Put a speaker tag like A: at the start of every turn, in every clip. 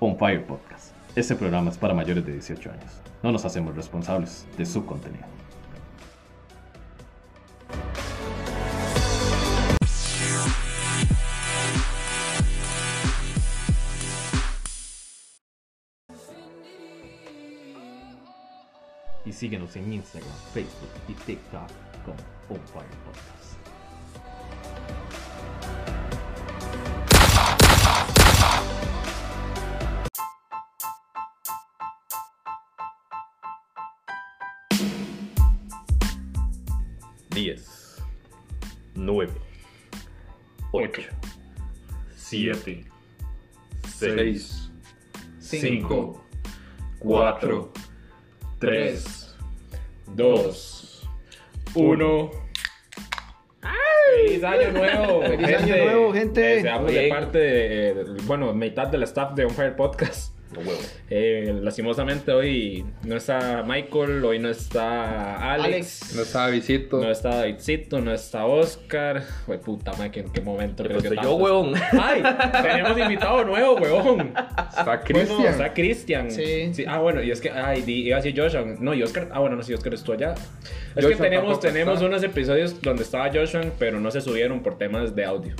A: On Fire Podcast. Este programa es para mayores de 18 años. No nos hacemos responsables de su contenido. Y síguenos en Instagram, Facebook y TikTok como On Fire Podcast. Diez, nueve, ocho, siete,
B: 7,
A: seis,
B: 6, 5, 4, 3, 2, 1. ¡Feliz año nuevo! ¡Feliz
C: año nuevo, gente!
B: Deseamos de parte, de, eh, bueno, mitad del staff de On Fire Podcast.
A: No huevo.
B: Eh, lastimosamente hoy no está Michael, hoy no está Alex,
C: Alex.
D: No estaba visito.
B: no está Davidcito, no está Oscar. Güey, puta madre, ¿en qué momento
D: Pues soy yo,
B: creció tanto?
D: huevón.
B: ¡Ay! Tenemos invitado nuevo, huevón.
D: Está
B: Bueno,
D: Cristian.
B: está Cristian.
C: Sí.
B: Ah, bueno, y es que, ay, di- iba a decir Joshua. No, y Oscar. Ah, bueno, no, sí, Oscar estuvo allá. Es que
D: Joshua
B: tenemos,
D: tampoco
B: tenemos
D: está.
B: unos episodios donde estaba Joshua, pero no se subieron por temas de audio.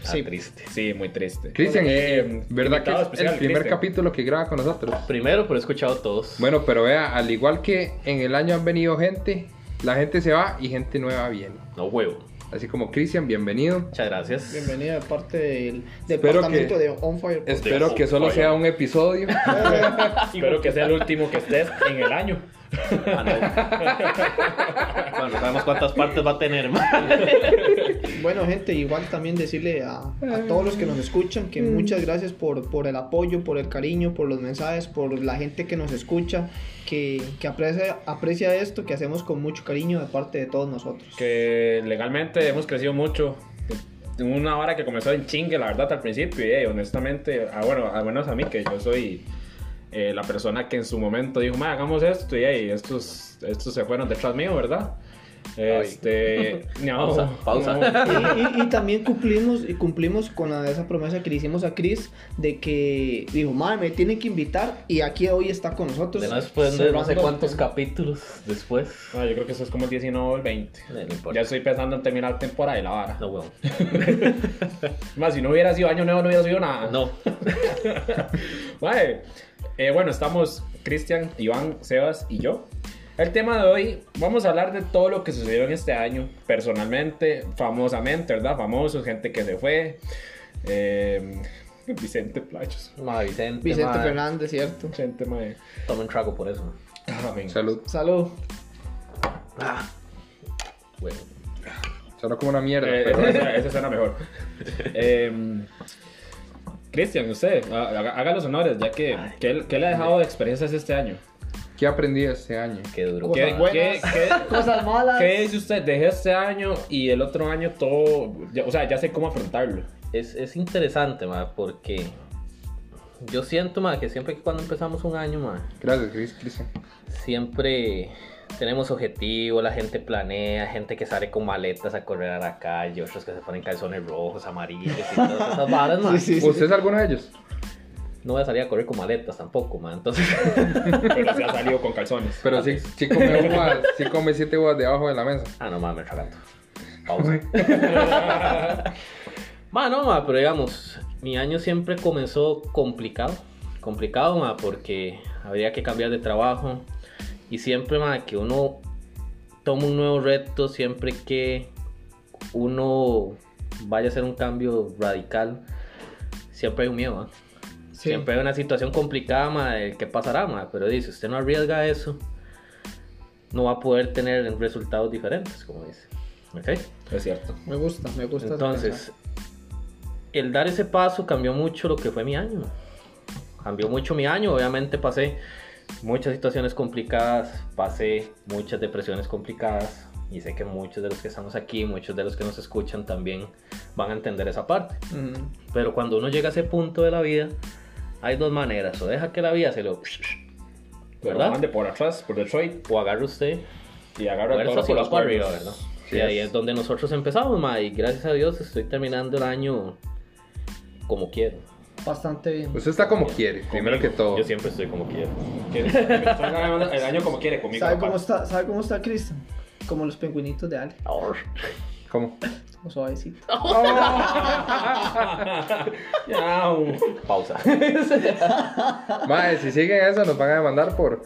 C: Sí.
A: triste.
B: Sí, muy triste.
D: Cristian,
B: Eh,
D: ¿verdad que
B: invitado
D: es
B: especial,
D: el primer
B: Cristian.
D: capítulo que graba con nosotros?
E: Primero, pero he escuchado todos.
D: Bueno, pero vea, al igual que en el año han venido gente, la gente se va y gente nueva viene.
E: No huevo.
D: Así como Cristian, bienvenido.
E: Muchas gracias.
C: Bienvenido de parte del
D: Espero
C: departamento
D: que-
C: de On Fire.
D: Espero
E: De-
D: que solo
E: Oye.
D: sea un episodio.
B: Ah, Espero que sea el último que estés en el año.
E: Ah, no. bueno, no sabemos cuántas partes va a tener, man.
C: Bueno, gente, igual también decirle a, a todos los que nos escuchan que muchas gracias por, por el apoyo, por el cariño, por los mensajes, por la gente que nos escucha, que, que aprecia, aprecia esto que hacemos con mucho cariño de parte de todos nosotros.
B: Que legalmente hemos crecido mucho. Una hora que comenzó en chingue, la verdad, al principio. Y eh, honestamente, ah, bueno, al menos a mí, que yo soy eh, la persona que en su momento dijo, "Ma, hagamos esto. Y eh, estos, estos se fueron detrás mío, ¿verdad? Este. no,
E: Pausa, pausa.
B: no.
C: Y, y- y también cumplimos, y cumplimos con la, esa promesa que le hicimos a Chris de que dijo, madre, me tiene que invitar y aquí hoy está con nosotros.
E: De pues, no, después de no sé
C: Cerrando-
E: cuántos capítulos después.
B: No, Ah, yo creo que eso es como el 19 o el 20.
E: No, no importa.
B: Ya estoy pensando en terminar la temporada de la vara.
E: No huevo.
B: Más, si no hubiera sido año nuevo, no hubiera sido nada.
E: No.
B: Mae, eh, bueno, estamos Cristian, Iván, Sebas y yo. El tema de hoy, vamos a hablar de todo lo que sucedió en este año, personalmente, famosamente, ¿verdad? Famosos, gente que se fue. eh, Vicente Playos.
E: Ma, Vicente.
C: Vicente
E: ma,
C: Fernández, ¿cierto?
B: Gente, mae. Ah,
E: Toma un trago por eso.
B: Amén.
D: Salud.
C: Salud.
E: Huevo.
D: Solo como una mierda.
B: Eh,
D: pero-
B: esa, esa suena mejor. Eh, Cristian, usted, ha- haga, haga los honores, ya que ¿qué, qué le ha dejado de experiencias este año?
D: ¿Qué aprendí este año?
E: Qué duro.
B: ¿Qué-
C: Cosas
B: qué-
C: buenas.
B: qué-
C: Cosas malas.
B: ¿Qué dice usted? Dejé este año y el otro año todo. ya- o sea, ya sé cómo afrontarlo.
E: Es, es interesante, ma, porque yo siento, ma, que siempre que cuando empezamos un año, ma,
D: Gracias, Cris- Cristian.
E: siempre tenemos objetivos, la gente planea, gente que sale con maletas a correr a la calle, otros que se ponen calzones rojos, amarillos y todas esas varas, ma.
C: Sí, sí, sí.
D: ¿Usted es alguno de ellos?
E: No voy a salir a correr con maletas tampoco, ma. Entonces,
B: Pero se ha salido con calzones.
D: Pero sí, sí come uvas, sí come siete uvas debajo de la mesa.
E: ah, no mames, tragando. Pausa. ma, no, ma, pero digamos, mi año siempre comenzó complicado. Complicado, ma, porque habría que cambiar de trabajo. Y siempre, ma, que uno toma un nuevo reto, siempre que uno vaya a hacer un cambio radical, siempre hay un miedo, ¿ah? ma.
C: Sí.
E: Siempre hay una situación complicada, ma, de qué pasará, ma. Pero dice, usted no arriesga eso, no va a poder tener resultados diferentes, como dice. ¿Ok?
B: Es cierto.
C: Me gusta, me gusta.
E: Entonces, el dar ese paso cambió mucho lo que fue mi año. Cambió mucho mi año. Obviamente pasé muchas situaciones complicadas, pasé muchas depresiones complicadas. Y sé que muchos de los que estamos aquí, muchos de los que nos escuchan también van a entender esa parte.
C: pensar. Ujú.
E: Pero cuando uno llega a ese punto de la vida, hay dos maneras. O deja que la vida se lo...
B: Pero
E: ¿Verdad?
B: mande por atrás, por Detroit,
E: O agarre usted
B: y agarra todo
E: fuerzas y
B: por los
E: va para arriba,
B: cuernos.
E: ¿verdad?
D: Sí
E: y ahí
D: es.
E: es donde nosotros empezamos, ma, y gracias a Dios estoy terminando el año como quiero.
C: bastante bien.
D: Usted está como quiere, primero que todo.
E: Yo siempre estoy como quiero.
B: Que- que salga ganando el año como quiere conmigo.
C: ¿Sabe
B: papá.
C: cómo está, sabe cómo está Cristian? Como los pingüinitos de Ale,
D: ¿Cómo?
C: como suavecito.
B: Yau.
E: Pausa.
D: Mae, si siguen eso nos van a demandar por,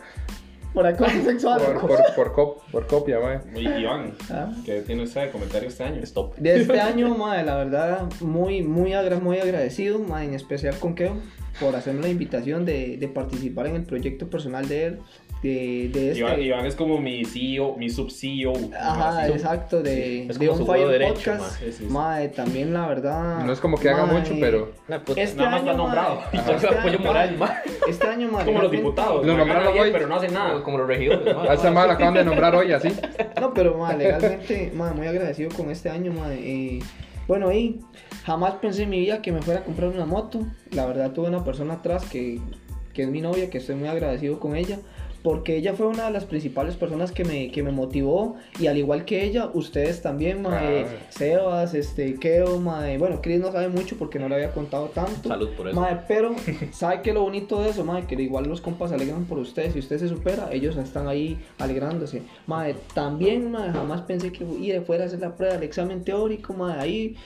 C: Por acoso sexual.
D: por, por, por cop- por copia, mae.
B: Y Iván,
C: Ah.
B: ¿qué tiene usted de comentario este año?
E: Stop.
C: De este año, madre, la verdad, muy, muy, agra- muy agradecido, madre, en especial con Keo, por hacerme la invitación de, de participar en el proyecto personal de él, de, de este.
B: Iván, Iván es como mi CEO, mi E sub CEO.
C: Ajá,
B: Así.
C: exacto, de,
E: Es
C: de
E: como
C: On
E: su
C: Fire
E: huevo derecho,
C: Podcast.
B: mae, sí, sí.
C: Mae, también la verdad.
D: No es como que haga
C: mae,
D: mucho, pero
E: Una puta.
C: Este
B: Nada más lo
C: año,
B: ha nombrado.
C: mae,
E: Y
C: este
E: toca apoyo
C: año,
E: moral,
C: mae,
E: mae.
C: Este año, mae,
B: Como los
C: realmente-
B: diputados.
D: Lo
B: ganan
D: nombraron
B: bien,
D: hoy.
B: Pero no hacen nada.
E: Como los regidores. mae.
D: a esa mae la acaban de nombrar hoy así.
C: No, pero mae, legalmente, mae, muy agradecido con este año, mae. Eh, bueno, y jamás pensé en mi vida que me fuera a comprar una moto. La verdad, tuve una persona atrás que, que es mi novia, que estoy muy agradecido con ella. Porque ella fue una de las principales personas que me, que me motivó. Y al igual que ella, ustedes también, mae.
D: Ah.
C: Sebas, este, Keo, mae. Bueno, Chris no sabe mucho porque no le había contado tanto.
E: Salud por eso.
C: Mae, pero, ¿sabe qué lo bonito de eso, mae? Que igual los compas se alegran por ustedes. Si usted se supera, ellos están ahí alegrándose. Mae, también, mae, jamás pensé que ir fuera a hacer la prueba del examen teórico, mae, ahí.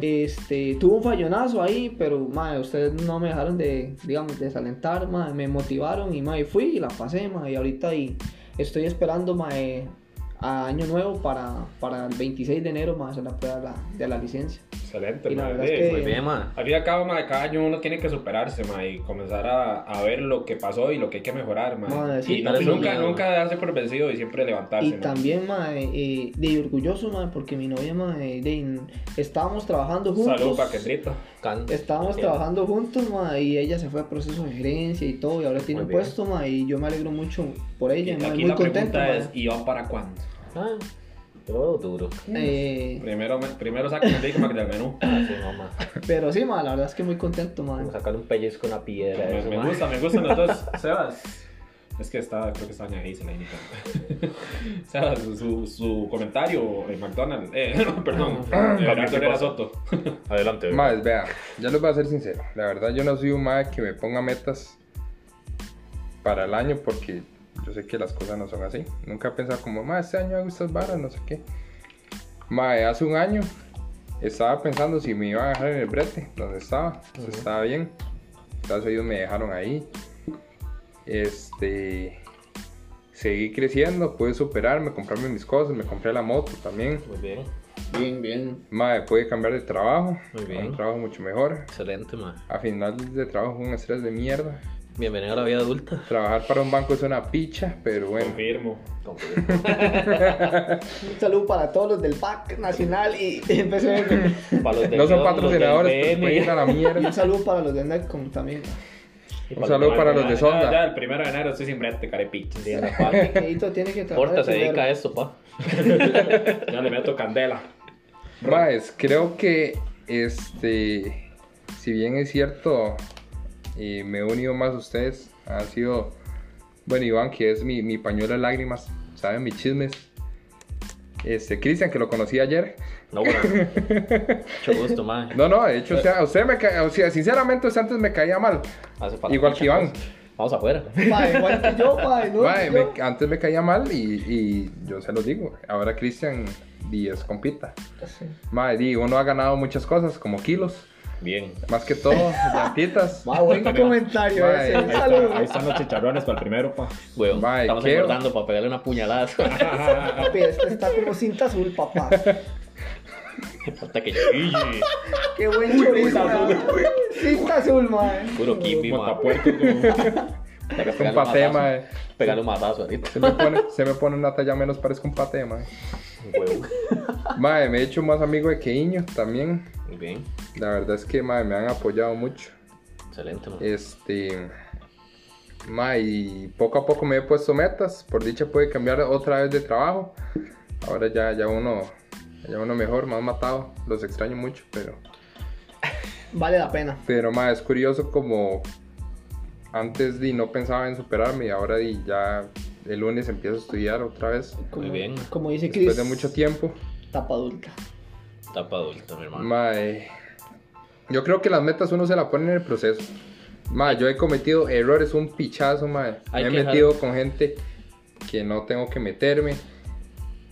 C: Este, tuve un fallonazo ahí, pero, mae, ustedes no me dejaron de, digamos, desalentar, mae, me motivaron y, mae, fui y la pasé, mae, y ahorita ahí estoy esperando, mae, a año nuevo para, para el 26 de enero, mae, hacer la prueba de la, de la licencia.
B: Excelente,
C: Y la
B: madre.
C: verdad es que-
E: Muy bien, mae.
B: Al fin y al cabo, madre, cada año uno tiene que superarse, madre, y comenzar a, a ver lo que pasó y lo que hay que mejorar, madre.
C: Madre, sí,
B: y
E: para eso
B: nunca,
E: mismo,
B: nunca darse por vencido y siempre levantarse,
C: Y
B: madre.
C: también, mae, eh, de orgulloso, mae, porque mi novia, mae, de- estábamos trabajando juntos.
B: Salud, paquetrito.
E: Can-
C: Estábamos
E: Ok.
C: trabajando juntos, mae, y ella se fue a proceso de gerencia y todo, y ahora tiene
E: Muy
C: un
E: bien.
C: puesto, mae, y yo me alegro mucho por
B: Y
C: ella, mae,
B: aquí
C: muy
B: la
C: contento,
B: pregunta
C: mae.
B: es, ¿y va para cuándo?
E: Ah, yo lo veo duro.
C: Eh,
B: Primero, me- primero saca el Big Mac del menú.
E: Ah, sí, no, mae.
C: pero sí, mae, la verdad es que muy contento, mae.
E: Como sacar un pellizco una piedra.
B: Me,
E: eso,
B: me
E: mae.
B: gusta, me gustan los dos. Sebas. Es que está, creo que está doña Hazel ahí. ¿no? Sebas, su, su comentario en McDonald's. Eh, perdón. Leonardo Herrera Soto.
E: Adelante.
D: Más, vea, yo les voy a ser sincero. La verdad, yo no soy un mae que me ponga metas para el año porque yo sé que las cosas no son así. Nunca he pensado como, mae, este año hago estas varas, no sé qué. Mae, hace un año estaba pensando si me iban a dejar en el brete, donde estaba. Eso estaba bien. Entonces ellos me dejaron ahí. Este. Seguí creciendo, pude superarme, comprarme mis cosas, me compré la moto también.
E: Muy bien.
C: Bien, bien.
D: Mae, pude cambiar de trabajo,
E: Muy
D: a
E: bien.
D: un trabajo mucho mejor.
E: Excelente, mae.
D: A final de trabajo fue un estrés de mierda.
E: Bienvenido a la vida adulta.
D: Trabajar para un banco es una picha, pero bueno.
B: Confirmo.
C: Un saludo para todos los del PAC Nacional y PCM.
E: Pa' los
D: No son
E: del guión, los del
D: patrocinadores, pues, pero
E: BN.
D: pueden ir a la
C: y un
D: mierda.
C: saludo para los de Netcom también.
E: Y
D: Un
E: pa'
D: saludo
E: los
D: para los
B: Ya,
D: de
B: ya,
D: Sonda.
B: Ya, el primero de enero estoy sin brete, carepichas.
E: de la paz.
C: Edito tiene que trabajar.
E: Porta se
C: primero.
E: dedica a eso, pa.
B: Ya le meto candela.
D: Maes, creo que este. Si bien es cierto, eh, me he unido más a ustedes. Han sido. Bueno, Iván, que es mi, mi pañuelo de lágrimas, saben mis chismes. Este, Cristian, que lo conocí ayer.
E: No, bueno. Mucho gusto, mae.
D: No, no, de hecho, o sea, usted me ca- o sea, sinceramente, usted antes me caía mal.
E: Hace falta
D: Igual
E: mucha
D: que Iván.
E: cosa. Vamos afuera.
C: Mae, igual que yo, mae, ¿no?
D: Mae,
C: Yo-
D: me- antes me caía mal y, y yo se los digo. Ahora Cristian Díaz compita. Mae, di, uno ha ganado muchas cosas, como kilos,
E: Bien.
D: más que todo, llantitas.
C: Mae, buen comentario
D: Mae,
C: ese.
D: ahí
C: Un
B: Ahí,
C: saludo.
B: está- ahí están los chicharrones para el primero, pa.
E: Weón,
D: Mae,
E: estamos
D: ¿qué?
E: engordando para pegarle una puñalada.
C: Papi, este está como cinta azul, papá.
E: Hasta que yo.
C: Qué buen chorizo. mae. Cinta azul, mae.
E: Puro kipi, mae.
B: Matapuerco con-
D: Es un paté, mae.
E: Pegarle un matazo ahorita.
D: Se me, pone, se me pone una talla menos, parezco un paté, mae.
E: Huevo.
D: Mae, me he hecho más amigo de Keiño también.
E: Muy bien.
D: La verdad es que, mae, me han apoyado mucho.
E: Excelente, mae.
D: Este. Ma, y poco a poco me he puesto metas. Por dicha puede cambiar otra vez de trabajo. Ahora ya, ya uno. Ya uno mejor, más matado. Los extraño mucho, pero.
C: Vale la pena.
D: Pero ma, es curioso como antes di no pensaba en superarme y ahora di ya el lunes empiezo a estudiar otra vez.
C: Como,
E: Muy bien.
C: Como dice Chris,
D: Después de mucho tiempo.
C: tapa adulta.
E: Tapa adulta, mi hermano.
D: Ma, eh, Yo creo que las metas uno se la pone en el proceso. Ma, yo he cometido errores, un pichazo, ma.
E: Hay
D: Me he
E: que
D: metido con gente que no tengo que meterme.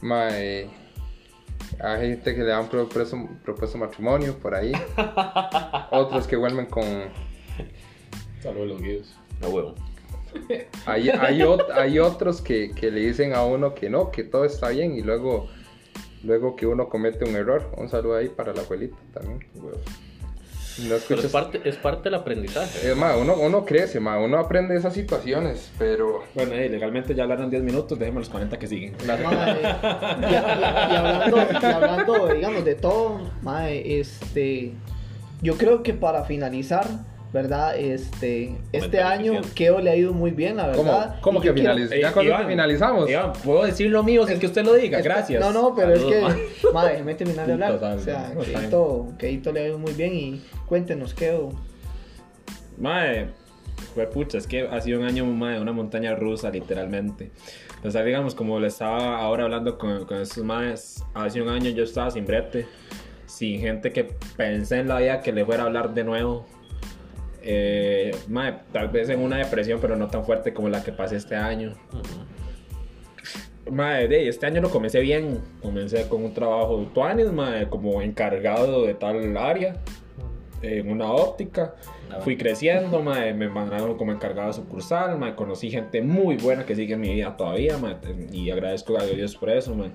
D: Ma, eh, hay gente que le han propuesto, propuesto matrimonio por ahí. Otros que vuelven con...
B: Saludos los guíos.
E: No huevo.
D: Hay, hay, ot- hay otros que, que le dicen a uno que no, que todo está bien y luego, luego que uno comete un error. Un saludo ahí para la abuelita también. No
E: Pero es
D: escuchas
E: parte, es parte del aprendizaje.
D: Es más, Eh, uno, uno crece, más, uno aprende de esas situaciones, pero
B: Bueno, eh, legalmente ya hablaron 10 minutos, déjenme los 40 que siguen.
C: Mae, y, y- y hablando, y hablando, digamos, de todo, mae, este, yo creo que para finalizar, ¿verdad? Este, este
A: Comentario
C: año
A: oficial.
C: Keo le ha ido muy bien, la
D: ¿cómo,
C: verdad.
D: cómo
C: Y
D: que
C: yo quiero-
D: finaliz-
B: Eh,
D: ¿Ya cuando
B: Iván,
D: finalizamos?
B: Iván, puedo decir lo mío sin que usted lo diga,
C: Espe-
B: gracias.
C: No, no, pero es
E: Saludos,
C: que, madre, déjeme terminar de hablar.
B: Total,
C: o sea,
B: no, está bien.
C: Keito, Keito le ha ido muy bien y cuéntenos, Keo.
B: Mae, fue pucha, es que ha sido un año, mae, una montaña rusa, literalmente. O sea, digamos, como le estaba ahora hablando con, con estos maes, hace un año yo estaba sin brete, sin gente que pensé en la vida que le fuera a hablar de nuevo. Eh, mae, tal vez en una depresión, pero no tan fuerte como la que pasé este año. Madre, de- este año lo comencé bien. Comencé con un trabajo de Tuanis, madre, como encargado de tal área, en una óptica.
E: Ah,
B: Fui creciendo, madre, me mandaron como encargado de sucursal, madre, conocí gente muy buena que sigue en mi vida todavía, madre, y agradezco a Dios por eso, madre.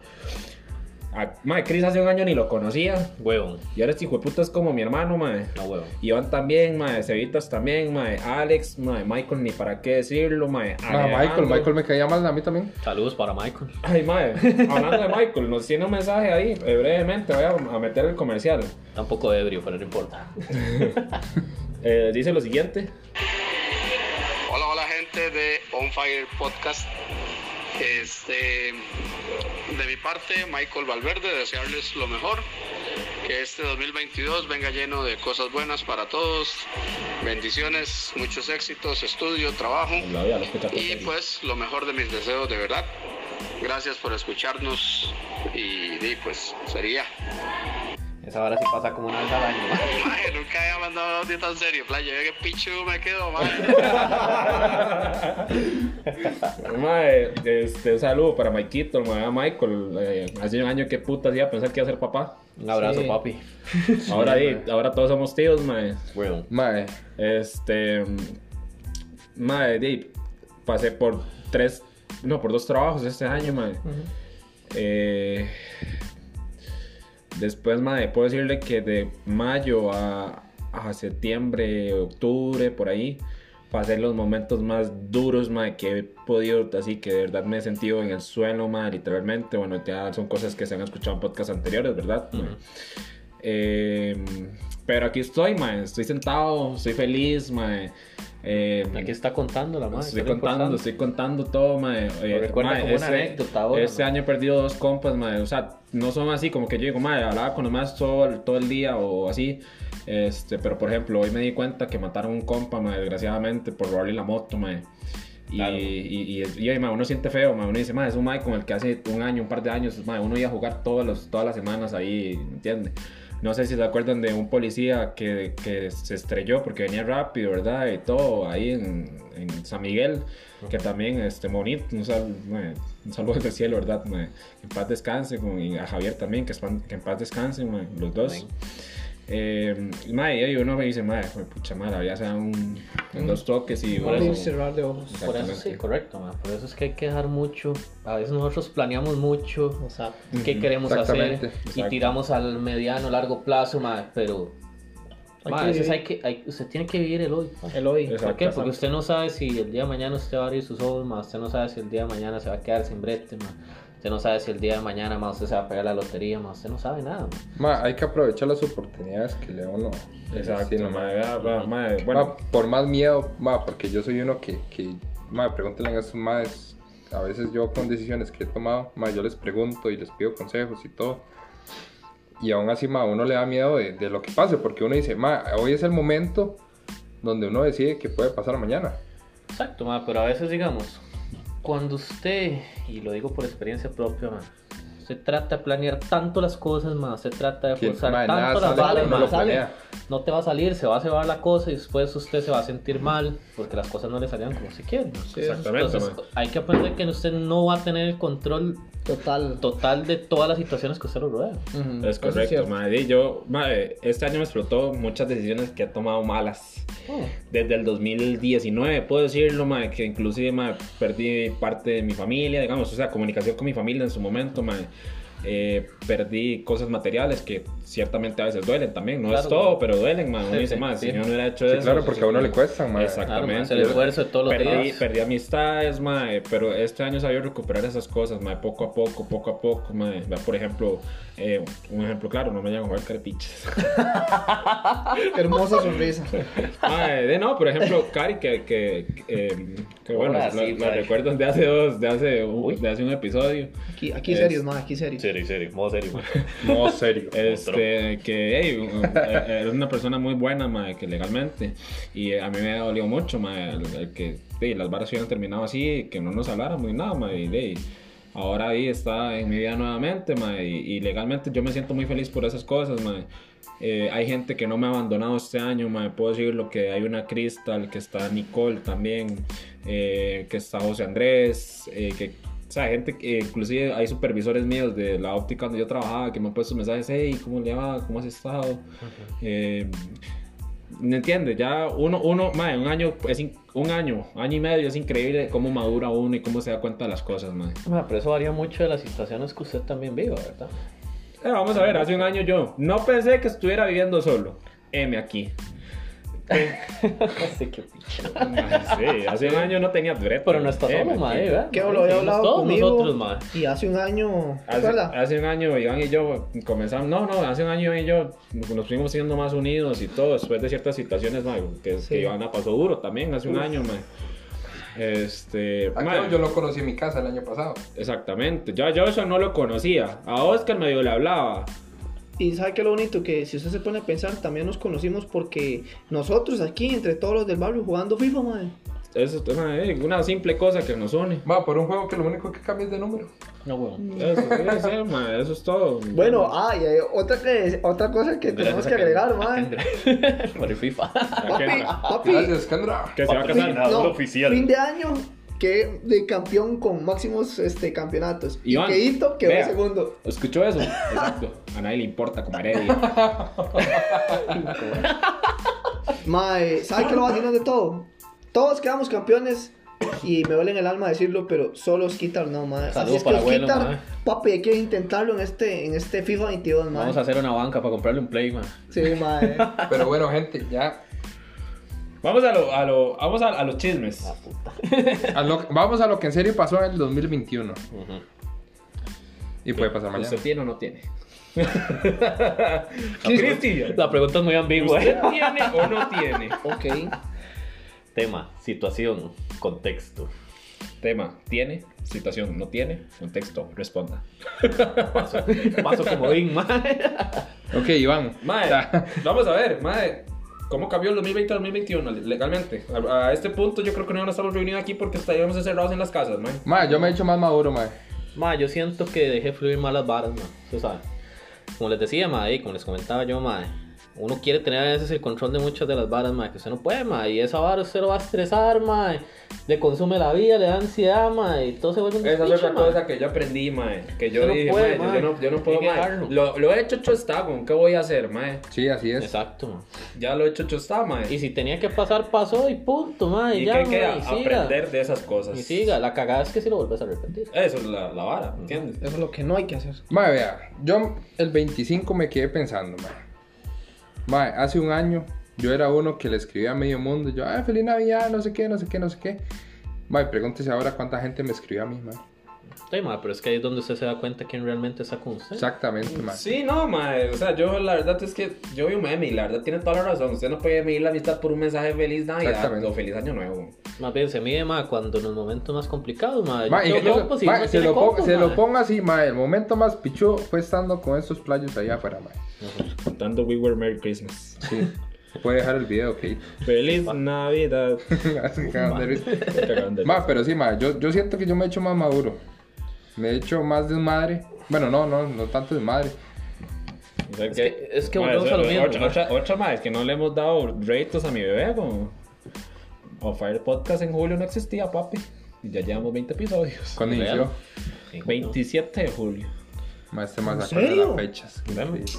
B: A- madre, Chris hace un año ni lo conocía,
E: Huevo,
B: y ahora este hijo de puta es como mi hermano, madre.
E: no huevo.
B: Iván también, madre, Cevitas también, madre, Alex, madre, Michael, ni para qué decirlo, madre.
D: Ma, Ah, Michael,
B: Alejandro.
D: Michael me caía mal a mí también.
E: Saludos para Michael.
B: Ay, mae, hablando de Michael, nos tiene un mensaje ahí, eh, brevemente, voy a, a meter el comercial.
E: Está un poco ebrio, pero no importa.
B: Eh, dice lo siguiente.
F: Hola, hola gente de On Fire Podcast. Este, de mi parte, Michael Valverde, desearles lo mejor. Que este 2022 venga lleno de cosas buenas para todos. Bendiciones, muchos éxitos, estudio, trabajo.
B: La voy a escuchar.
F: Y pues lo mejor de mis deseos, de verdad. Gracias por escucharnos y, di, pues sería.
E: Esa hora sí pasa como una vez al año.
F: Mae, nunca había mandado un audio tan serio. Playa, que pichu me quedo, mae.
B: Mae, este, un saludo para Maikito, mae, a Michael. eh, hace un año que puta hacía pensar que iba a ser papá.
E: Un abrazo,
C: Sí.
E: papi.
B: Ahora, di, ahora todos somos tíos, mae.
E: Huevo.
D: Ma, eh,
B: Este. Madre, di, pasé por tres. No, por dos trabajos este año, madre. Eh, después, madre, puedo decirle que de mayo a, a septiembre, octubre, por ahí, pasé los momentos más duros, madre, que he podido. Así que de verdad me he sentido en el suelo, madre, literalmente. Bueno, ya son cosas que se han escuchado en podcasts anteriores, ¿verdad? mae? Eh, pero aquí estoy, mae. Estoy sentado, estoy feliz, mae. Eh,
E: Aquí está contando la madre.
B: estoy contando, estoy contando todo, mae. Eh,
E: recuerda
B: mae,
E: como una anécdota ahora,
B: este
E: mae.
B: año he perdido dos compas, mae. O sea, no son así como que yo digo, mae, hablaba con los más todo, el- todo el día o así. Este, pero por ejemplo, hoy me di cuenta que mataron a un compa, mae, desgraciadamente, por robarle la moto, mae. Y,
E: Claro.
B: y, y, y, y, mae, uno siente feo, mae. uno dice, mae, es un mae con el que hace un año, un par de años, mae, uno iba a jugar todos los, todas las semanas ahí, ¿entiendes? No sé si se acuerdan de un policía que, que se estrelló porque venía rápido, ¿verdad? Y todo, ahí en, en San Miguel, que también, este, bonito, un, sal- mae, un saludo del cielo, ¿verdad? mae? Que en paz descanse, como- y a Javier también, que, espan- que en paz descanse, mae, los dos.
E: Amén.
B: Eh, mae, y uno me dice, mae, fue pucha madre, ya se dan un, dos toques y
E: Por
B: bueno,
C: Un cerrar de ojos.
E: Por eso sí, correcto, mae. Por eso es que hay que dejar mucho. A veces nosotros planeamos mucho
C: Exacto.
E: qué queremos
D: Exactamente,
E: hacer y
B: exacto.
E: tiramos al mediano, largo plazo, mae. Pero
C: Hay
E: mae,
C: que
E: a veces
C: vivir.
E: hay que, hay- usted tiene que vivir el hoy. mae.
C: El hoy.
B: Ah, Exacto.
E: ¿Por qué? Porque usted no sabe si el día de mañana usted va a abrir sus ojos, más usted no sabe si el día de mañana se va a quedar sin brete, más usted no sabe si el día de mañana más usted se va a pegar la lotería, más usted no sabe nada. ma.
D: ma, hay que aprovechar las oportunidades que le da uno.
B: Exacto,
D: Sí, no, ma.
B: mae, ah, va, mae,
D: Ma,
B: bueno,
D: Ah, por más miedo, ma, porque yo soy uno que, que ma, pregúntenle a estos madres. A veces yo con decisiones que he tomado, ma, yo les pregunto y les pido consejos y todo. Y aún así, ma, uno le da miedo de, de lo que pase, porque uno dice, ma, hoy es el momento donde uno decide que puede pasar mañana.
E: Exacto, ma, pero a veces digamos, cuando usted, y lo digo por experiencia propia, ma, Se trata de planear tanto las cosas, más. Se trata de
D: Que,
E: forzar
D: mae, nada
E: tanto las
D: sale
E: balas,
D: como lo
E: mae.
D: planea.
E: No te va a salir, se va a cebar la cosa y después usted se va a sentir mal porque las cosas no le salían como se quieren.
B: Exactamente,
E: Entonces,
B: mae.
E: hay que aprender que usted no va a tener el control
C: Total.
E: total de todas las situaciones que usted lo rodea.
C: Ujú,
B: Es
C: eso
B: correcto,
C: cierto.
B: mae. Y yo, mae, este año me explotó muchas decisiones que he tomado malas.
C: Ah,
B: Desde el 2019, puedo decirlo, mae, que inclusive, mae, perdí parte de mi familia, digamos, o sea, comunicación con mi familia en su momento, mae. Eh, perdí cosas materiales que ciertamente a veces duelen también, no es
E: Claro,
B: todo,
E: mae.
B: pero duelen, mae. Uno
E: Sí,
B: dice,
E: sí,
B: mae,
E: sí.
B: si yo no hubiera hecho
D: Sí,
B: eso.
D: claro, porque a uno le cuestan, mae.
E: Claro,
B: Exactamente.
E: mae, es el esfuerzo de todos los
B: Perdí,
E: días.
B: perdí amistades, mae, pero este año he sabido recuperar esas cosas, mae, poco a poco, poco a poco, mae. Vea, Por ejemplo, eh, un ejemplo claro, no me llegan a jugar carepiches.
C: Hermosa sonrisa.
B: Mae, de no, por ejemplo, Cari, que, que, que, eh, que bueno,
E: Ahora
B: la,
E: sí,
B: la
E: Cari.
B: recuerdo de hace dos, de hace, un- de hace un episodio.
C: Aquí, aquí
B: Es-
C: serios, mae, aquí serios.
A: Serio, serio, modo serio, man.
D: No, serio.
B: Este, que, hey, era eh, una persona muy buena, mae, que legalmente. Y a mí me dolió mucho, mae, el, el que hey, las barras hubieran terminado así, que no nos hablaran muy nada, mae. Y, hey, ahora ahí está en mi vida nuevamente, mae. Y, y legalmente yo me siento muy feliz por esas cosas, mae. Eh, hay gente que no me ha abandonado este año, mae. Puedo decir lo que hay una Crystal, que está Nicole también, eh, que está José Andrés, eh, que o sea, gente, que, eh, inclusive hay supervisores míos de la óptica donde yo trabajaba que me han puesto mensajes, hey, ¿cómo le va? ¿Cómo has estado? Eh, ¿Me entiendes? Ya uno, uno, mae, un año, es in- un año, año y medio, es increíble cómo madura uno y cómo se da cuenta de las cosas, mae.
E: Mae, pero eso varía mucho de las situaciones que usted también viva, ¿verdad?
B: Eh, vamos a ver, hace un año yo no pensé que estuviera viviendo solo. M aquí.
E: Así que picha.
B: Sí, hace un año no tenía Eh, brete.
E: Pero no está
B: M
E: solo, eh,
B: aquí.
E: mae, ¿verdad?
C: Que
E: Mae,
C: lo había
E: seguimos
C: hablado
E: todos
C: conmigo.
E: nosotros, mae.
C: Y hace un año, ¿te
B: Hace,
C: acuerdas?
B: hace un año Iván y yo comenzamos, no, no, hace un año Iván y yo nos fuimos siendo más unidos y todo, después de ciertas situaciones, mae, que,
C: Sí.
B: que Iván la pasó duro también hace un año, mae. Este,
D: Ah,
B: mae,
D: claro, yo lo conocí en mi casa el año pasado.
B: exactamente, yo, yo eso no lo conocía, a Oscar medio le hablaba,
C: Y sabe que lo bonito que si usted se pone a pensar, también nos conocimos porque nosotros aquí, entre todos los del barrio, jugando FIFA, madre.
B: eso, mae, una simple cosa que nos une,
D: Va, por un juego que lo único que cambia es de número.
E: No, weón.
B: eso, sí, sí, mae, eso es todo.
C: Bueno, ah, y hay otra, que- otra cosa que tenemos que agregar, madre.
E: Por el FIFA.
C: ah, Papi, papi,
D: Gracias, Kendra.
B: que se va a casar.
A: Patrocinador
C: no,
A: oficial.
C: fin de año que de campeón con máximos este, campeonatos.
B: Iván,
C: y que Ito quedó
B: vea.
C: segundo.
B: ¿Escuchó eso? Exacto, a nadie le importa como heredia.
C: Mae, ¿sabe qué lo vacilan de todo? Todos quedamos campeones y me duele en el alma decirlo, pero solo Skitar no, mae.
E: Saludo
C: Así es que
E: para abuelo,
C: Skitar,
E: mae.
C: papi, hay que intentarlo en este, en este FIFA 22, mae.
E: Vamos a hacer una banca para comprarle un Play, mae.
C: Sí, mae.
D: Pero bueno, gente, ya.
B: Vamos a lo, a lo, vamos a, a los chismes.
D: a lo- vamos a lo que en serio pasó en el 2021. Y puede pasar pues, mañana.
B: ¿Usted tiene o no tiene? Cristian,
E: La pregunta es muy ambigua,
B: ¿usted
E: eh.
B: tiene o no tiene?
C: ok.
E: Tema, situación, contexto.
B: Tema, ¿tiene? Situación, ¿no tiene? Contexto, responda.
E: Paso, paso comodín, mae.
D: Ok, Iván.
B: Mae, vamos a ver, mae, ¿cómo cambió el 2020 al 2021 legalmente? A, a este punto yo creo que no estamos reunidos aquí porque estaríamos encerrados en las casas, mae.
D: Ma, yo me he hecho más maduro, ma.
E: Ma, yo siento que dejé fluir malas varas, ma. Usted sabe. Como les decía, ma, y como les comentaba yo, ma, uno quiere tener a veces el control de muchas de las varas, ma, que usted no puede, ma. Y esa vara usted lo va a estresar, ma. Le consume la vida, le da ansiedad, ma. Y todo se vuelve un
B: Esa es
E: despiche,
B: otra
E: ma.
B: cosa que yo aprendí, mae. Que yo
E: Usted no
B: dije,
E: puede,
B: mae, Yo,
E: mae.
B: no, yo no
E: Hay
B: puedo,
E: que
B: mae.
E: dejarlo.
B: Lo, lo he hecho chostagón, ¿qué voy a hacer, mae?
D: Sí, así es.
E: Exacto, ma.
B: Ya lo he hecho chostá, mae.
E: Y si tenía que pasar, pasó y punto, ma. Y,
B: Y
E: ya,
B: que hay que
E: ma, y siga.
B: aprender de esas cosas.
E: Y siga. La cagada es que si lo vuelves a repetir.
B: Eso es la, la vara, ¿entiendes?
C: Eso es lo que no hay que hacer.
D: Ma, vea, yo el 25 me quedé pensando, ma. Ma, hace un año yo era uno que le escribía a medio mundo, yo, ah, feliz Navidad, no sé qué, no sé qué, no sé qué. Ma, pregúntese ahora cuánta gente me escribió a mí, ma.
E: Sí, ma, pero es que ahí es donde usted se da cuenta quién realmente está con usted.
D: Exactamente, ma.
B: Sí, no, mae. O sea, yo la verdad es que yo vi un meme y la verdad tiene toda la razón. Usted no puede medir la amistad por un mensaje feliz Navidad
D: Exactamente.
B: o feliz año nuevo.
E: Más bien se mide, ma, cuando en los momentos más complicados, ma. Yo
D: Ma, y
E: tengo
D: yo-
E: compas y
D: ma,
E: uno
D: se,
E: tiene
D: lo pongo,
E: compas,
D: se
E: ma.
D: lo pongo así, ma. El momento más pichu fue estando con estos playos allá afuera, ma.
B: Cantando We Were Merry Christmas.
D: Sí. Puede dejar el video, ok.
B: Feliz Navidad.
D: Así que, Andrés. Ma, pero sí, ma, yo, yo siento que yo me he hecho más maduro. Me he hecho más desmadre. Bueno, no, no, no tanto desmadre.
B: O sea
E: Es que- es que volvemos
B: eso-
E: a lo mismo,
B: Otra,
E: ma.
B: otra, otra, ma, es que no le hemos dado ratos a mi bebé. Como... O Fire Podcast en julio no existía, papi. Y ya llevamos 20 episodios.
D: Cuando
E: Real.
D: inició, este
E: Sí,
B: 27 de julio.
D: maestro más
C: ¿En
D: acorde a
C: serio?
D: las fechas.
E: Claro.
D: Sí.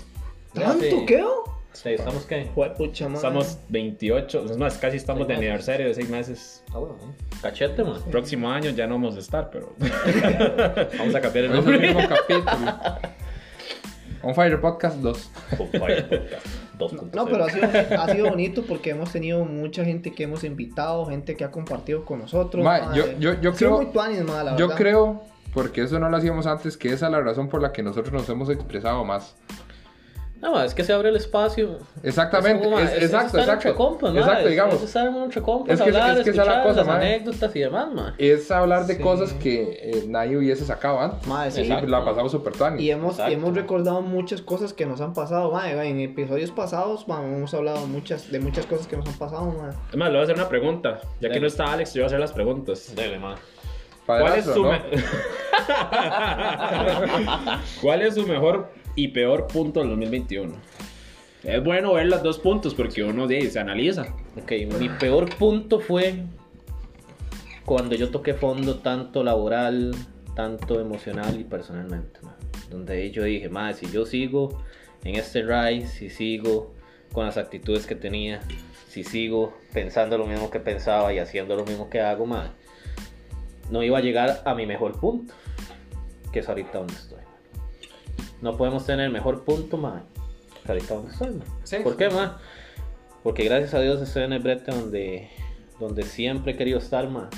C: ¿Tanto
E: sí.
C: quedó?
E: Sí, ¿Estamos qué?
C: Juepucha, madre.
B: Estamos 28, es más, casi estamos
E: Seis
B: de
E: meses.
B: aniversario de 6 meses.
E: Ah, bueno, eh. Cachete, man.
B: Próximo año ya no vamos a estar, pero vamos a cambiar el
D: Hoy es el
B: nombre.
D: mismo capítulo. On Fire Podcast 2.
C: No, pero ha sido, ha sido bonito porque hemos tenido mucha gente que hemos invitado, gente que ha compartido con nosotros.
D: Ma,
C: ma,
D: yo-
C: eh.
D: yo- yo
C: Ha sido
D: creo-
C: muy tuanis, ma, la
D: Yo
C: verdad.
D: creo, porque eso no lo hacíamos antes, que esa es la razón por la que nosotros nos hemos expresado más.
E: No, ma, es que se abre el espacio.
D: Exactamente,
E: Es como, ma,
D: es-
E: es-
D: exacto,
E: eso está
D: exacto.
E: entre compas, ma,
D: Exacto,
E: es-
D: digamos.
E: eso está entre compas,
D: Es que-
E: hablar,
D: es que esa es la
E: escuchar
D: cosa,
E: las
D: ma.
E: anécdotas y demás, man.
D: Es hablar de
C: Sí.
D: cosas que eh, nadie hubiese sacado antes.
C: Ma, sí.
D: Y la pasamos super tan.
C: Y hemos, y
E: Exacto.
C: hemos recordado muchas cosas que nos han pasado, ma, En episodios pasados, ma, hemos hablado muchas, de muchas cosas que nos han pasado, ma.
B: Es más, le voy a hacer una pregunta. Ya que
E: Dale.
B: no está Alex, yo voy a hacer las preguntas.
E: Dele, man.
B: ¿Cuál es,
D: Padrastro,
B: su
D: ¿no?
B: me- ¿Cuál es su mejor y peor punto del 2021? Es bueno ver los dos puntos porque uno de ahí se analiza.
E: Ok, mi peor punto fue cuando yo toqué fondo tanto laboral, tanto emocional y personalmente, ma. donde ahí yo dije, madre, si yo sigo en este ride, si sigo con las actitudes que tenía, si sigo pensando lo mismo que pensaba y haciendo lo mismo que hago, madre, no iba a llegar a mi mejor punto, que es ahorita donde estoy. ma. No podemos tener mejor punto, madre, que ahorita donde estoy. ma.
D: Sí,
E: ¿Por
D: sí,
E: qué,
D: sí.
E: más? Porque gracias a Dios estoy en el brete donde, donde siempre he querido estar, ma.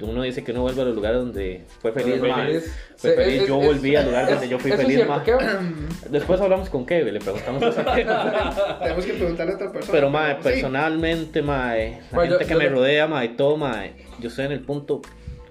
E: Uno dice que uno vuelve a los lugares donde fue feliz,
B: Fue
E: ma.
B: feliz.
E: Fue
D: Sí,
E: feliz,
D: es-
E: yo
D: es-
E: volví al lugar
D: es-
E: donde yo fui
D: eso es
E: feliz,
D: cierto,
E: ma.
D: ¿qué?
E: Después hablamos con Kevin, le preguntamos cosas a Kevin.
C: Tenemos que preguntarle a otra persona.
E: Pero, ma, personalmente, ma, eh, la
D: Bueno,
E: gente
D: yo-
E: que
D: yo
E: me
D: le-
E: rodea, ma, y todo, ma, eh, yo estoy en el punto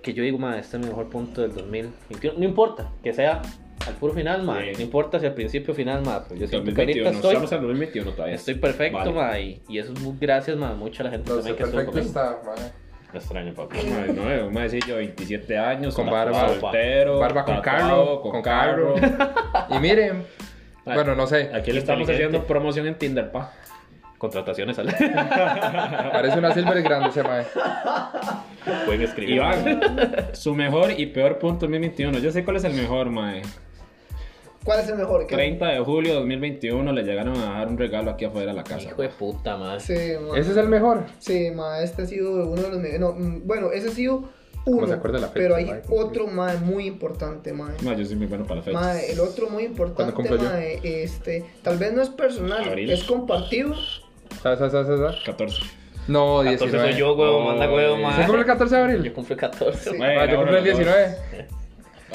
E: que yo digo, ma, este es mi mejor punto del 2021. No importa que sea al puro final, ma,
B: Sí.
E: no importa si al principio o final, ma, pero yo siento que ahorita
B: 2021,
E: estoy...
B: estamos en 2021 todavía.
E: Estoy perfecto,
B: Vale.
E: ma, y, y eso es muy gracias, ma, mucho a la gente
D: No sé,
E: también que estuvo
D: perfecto
E: conmigo.
D: está, madre.
E: Lo extraño, papi.
B: Madre, no, eh, un maecillo de 27 años,
D: Con
B: tatuado,
D: barba.
B: soltero,
D: Barba con
B: tatuado,
D: carro,
B: con
D: con carro. Y miren,
B: Ay.
D: bueno, no sé,
B: Aquí le estamos
E: Inteligente.
B: haciendo promoción en Tinder, pa.
E: Contrataciones al...
D: parece una silver grande ese mae.
E: Pueden escribir.
B: Iván, su mejor y peor punto 2021. Yo sé cuál es el mejor, mae.
C: ¿Cuál es el mejor? ¿Qué?
B: 30 de julio de 2021 le llegaron a dar un regalo aquí afuera de la casa.
E: Hijo de puta, ma.
C: Sí, ma.
D: Ese es el mejor.
C: Sí, ma, este ha sido uno de los... me- no, mm, bueno, ese ha sido
D: se
C: uno,
D: acuerda la fecha,
C: pero hay
D: ma.
C: otro, ma, muy importante, ma.
B: Ma, yo soy muy bueno
A: pues,
B: para la fecha.
C: Ma, el otro muy
D: ¿Cuándo
C: importante,
D: cumplo yo?
C: ma, este, tal vez no es personal,
B: Abril.
C: es compartido.
D: Sa, sa, sa, sa, sa.
B: 14.
D: No, 19.
E: Entonces soy yo, huevo,
B: Ay.
E: manda huevo,
D: ¿Se cumple
E: ma.
D: el 14 de
E: Yo
D: abril?
E: cumplí 14.
C: Sí.
E: ma.
B: Mae,
D: Mae, yo
B: ahora
D: cumple el
B: los dos.
D: 19.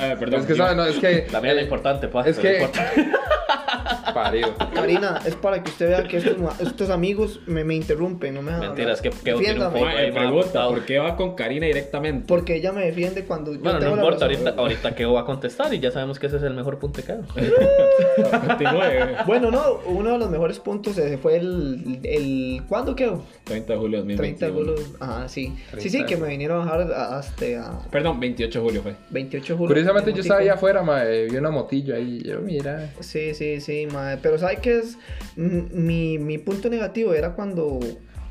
B: Eh, perdón.
D: Es que, ¿sabes?
B: Iván.
D: No, es que...
E: La mía es la importante, pa.
D: Es
E: pero no
D: que-
E: importa.
D: Parido.
C: Karina, es para que usted vea que estos, ma- estos amigos me, me interrumpen, no me dejan
E: Mentiras,
C: hablar.
E: que- que tiene un
C: Defiéndame,
E: poco-
B: Ma, eh,
E: Ay, ma,
B: pregunta,
E: puta.
B: ¿por qué va con Karina directamente?
C: Porque ella me defiende cuando yo
E: Bueno, no
C: tengo la
E: importa,
C: razón.
E: ahorita, ahorita que va a contestar y ya sabemos que ese es el mejor punto que hago.
B: Continúe.
C: Bueno, no, uno de los mejores puntos eh, fue el, el ¿cuándo quedó?
B: 30 de julio de
C: 30
B: 2021.
C: golos, ajá, sí.
D: 30.
C: Sí, sí, que me vinieron a dejar a- hasta a
B: Perdón, 28 de julio fue.
C: 28 de julio.
D: Curiosamente yo estaba allá
C: ya
D: afuera, mae, eh, vi una motillo ahí, y yo, mira...
C: Sí, sí, sí, madre. Pero ¿sabes qué es? M- Mi, mi punto negativo era cuando,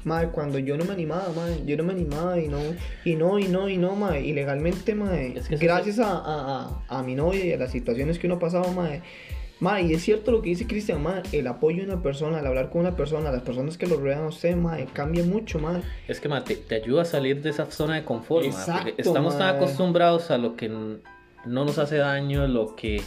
C: madre, cuando yo no me animaba, madre. Yo no me animaba y no, y no, y no, y no, madre. Y legalmente, madre,
E: Es que eso
C: gracias a, a- a- a mi novia y a las situaciones que uno ha pasado, madre. Madre, y es cierto lo que dice Cristian, madre, el apoyo de una persona, el hablar con una persona, las personas que lo rodean a usted, madre, cambia mucho, madre.
E: Es que, ma, te, te ayuda a salir de esa zona de confort, ma, porque
C: Exacto,
E: Estamos tan
C: ma.
E: acostumbrados a lo que n- no nos hace daño, lo que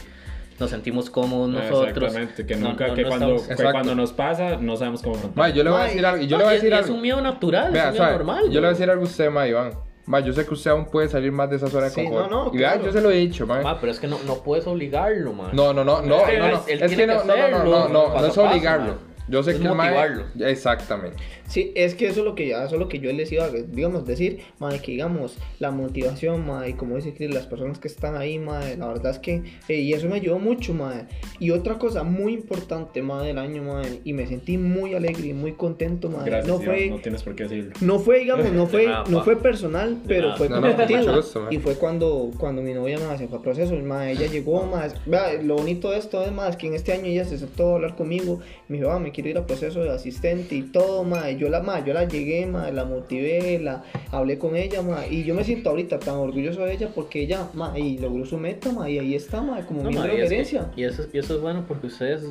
E: nos sentimos cómodos
B: Ah,
E: nosotros.
B: Exactamente, que
E: No-
B: nunca,
E: no-
B: que,
E: no
B: cuando,
E: estamos-
B: que
D: Exacto.
B: cuando nos pasa, no sabemos cómo afrontar.
D: Mae, yo le voy a
C: Mae,
D: decir algo, y yo
E: No,
D: le voy a
E: y-
D: decir
E: y
D: algo.
E: Es un miedo natural,
D: Vea,
E: es un miedo
D: suave,
E: normal.
D: Yo le voy a
E: güey.
D: decir algo a usted, ma, Iván. Ma, yo sé que usted aún puede salir más de esa zona de
C: Sí,
D: confort.
C: no, no,
D: y vea,
C: claro.
D: yo se lo he dicho, ma.
E: Ma, pero es que no, no puedes obligarlo, ma.
D: No, no, no, no,
E: Es que
D: no, no.
E: él
D: Es que
E: tiene
D: no,
E: que
D: no, no, no,
E: hacerlo,
D: no, no, no,
E: paso a
D: es
E: paso,
D: obligarlo.
E: ma.
D: Yo sé
E: Es
D: que el mae-
E: motivarlo.
D: Exactamente.
C: Sí, es que eso es lo que, eso es lo que yo les iba a digamos, decir, madre, que digamos, la motivación, madre, como dice Chris, las personas que están ahí, madre, la verdad es que, eh, y eso me ayudó mucho, madre. Y otra cosa muy importante, madre, del año, madre, y me sentí muy alegre y muy contento, madre.
B: Gracias,
C: no
B: Iván,
C: fue...
B: no tienes por qué decirlo. Ah,
C: No fue, digamos, no fue,
E: nada,
C: no
E: pa.
C: fue personal, pero
E: nada.
C: fue
D: No, no, con
C: compartido.
D: mucho gusto, ma.
C: y fue cuando, cuando mi novia ma, se fue a proceso, ma, ella llegó, ma, es- vea, lo bonito de esto es más que en este año ella se sentó a hablar conmigo, me dijo, "Ah, me quiero ir a proceso de asistente y todo, ma, y yo la, ma, yo la llegué, ma, la motivé, la hablé con ella, ma, y yo me siento ahorita tan orgulloso de ella porque ella, ma, y logró su meta, ma, y ahí está, ma, como
E: No,
C: mi
E: ma, y, es que-
C: herencia.
E: y eso, y eso es bueno porque ustedes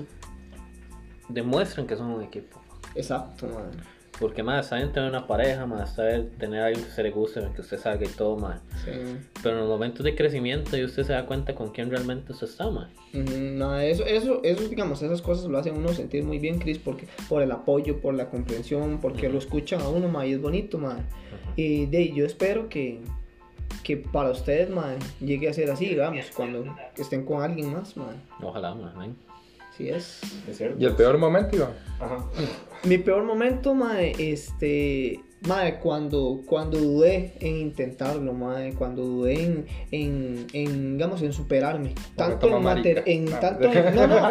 E: demuestran que son un equipo.
C: Exacto, ma.
E: Porque más saben tener una pareja, más saber tener a alguien que se le guste, que usted salga y todo, más.
C: Sí.
E: Pero en los momentos de crecimiento y usted se da cuenta con quién realmente usted está, más.
C: Ujú, No, eso, eso, eso, digamos, esas cosas lo hacen uno sentir muy bien, Chris, porque por el apoyo, por la comprensión, porque lo escuchan a uno, ma, y es bonito, ma. Y de, ahí, yo espero que, que para ustedes, ma, llegue a ser así, digamos, cuando estén con alguien más, ma.
E: Ojalá, más, amén.
C: Así es.
B: Es cierto.
D: Y el peor momento, Iván.
B: Ajá.
C: Mi peor momento, mae, este, mae, cuando, cuando dudé en intentarlo, mae, cuando dudé en, en, en, digamos, en superarme, tanto
D: toma
C: en, mater-
D: marica.
C: en
D: Ah.
C: tanto, en- no, no,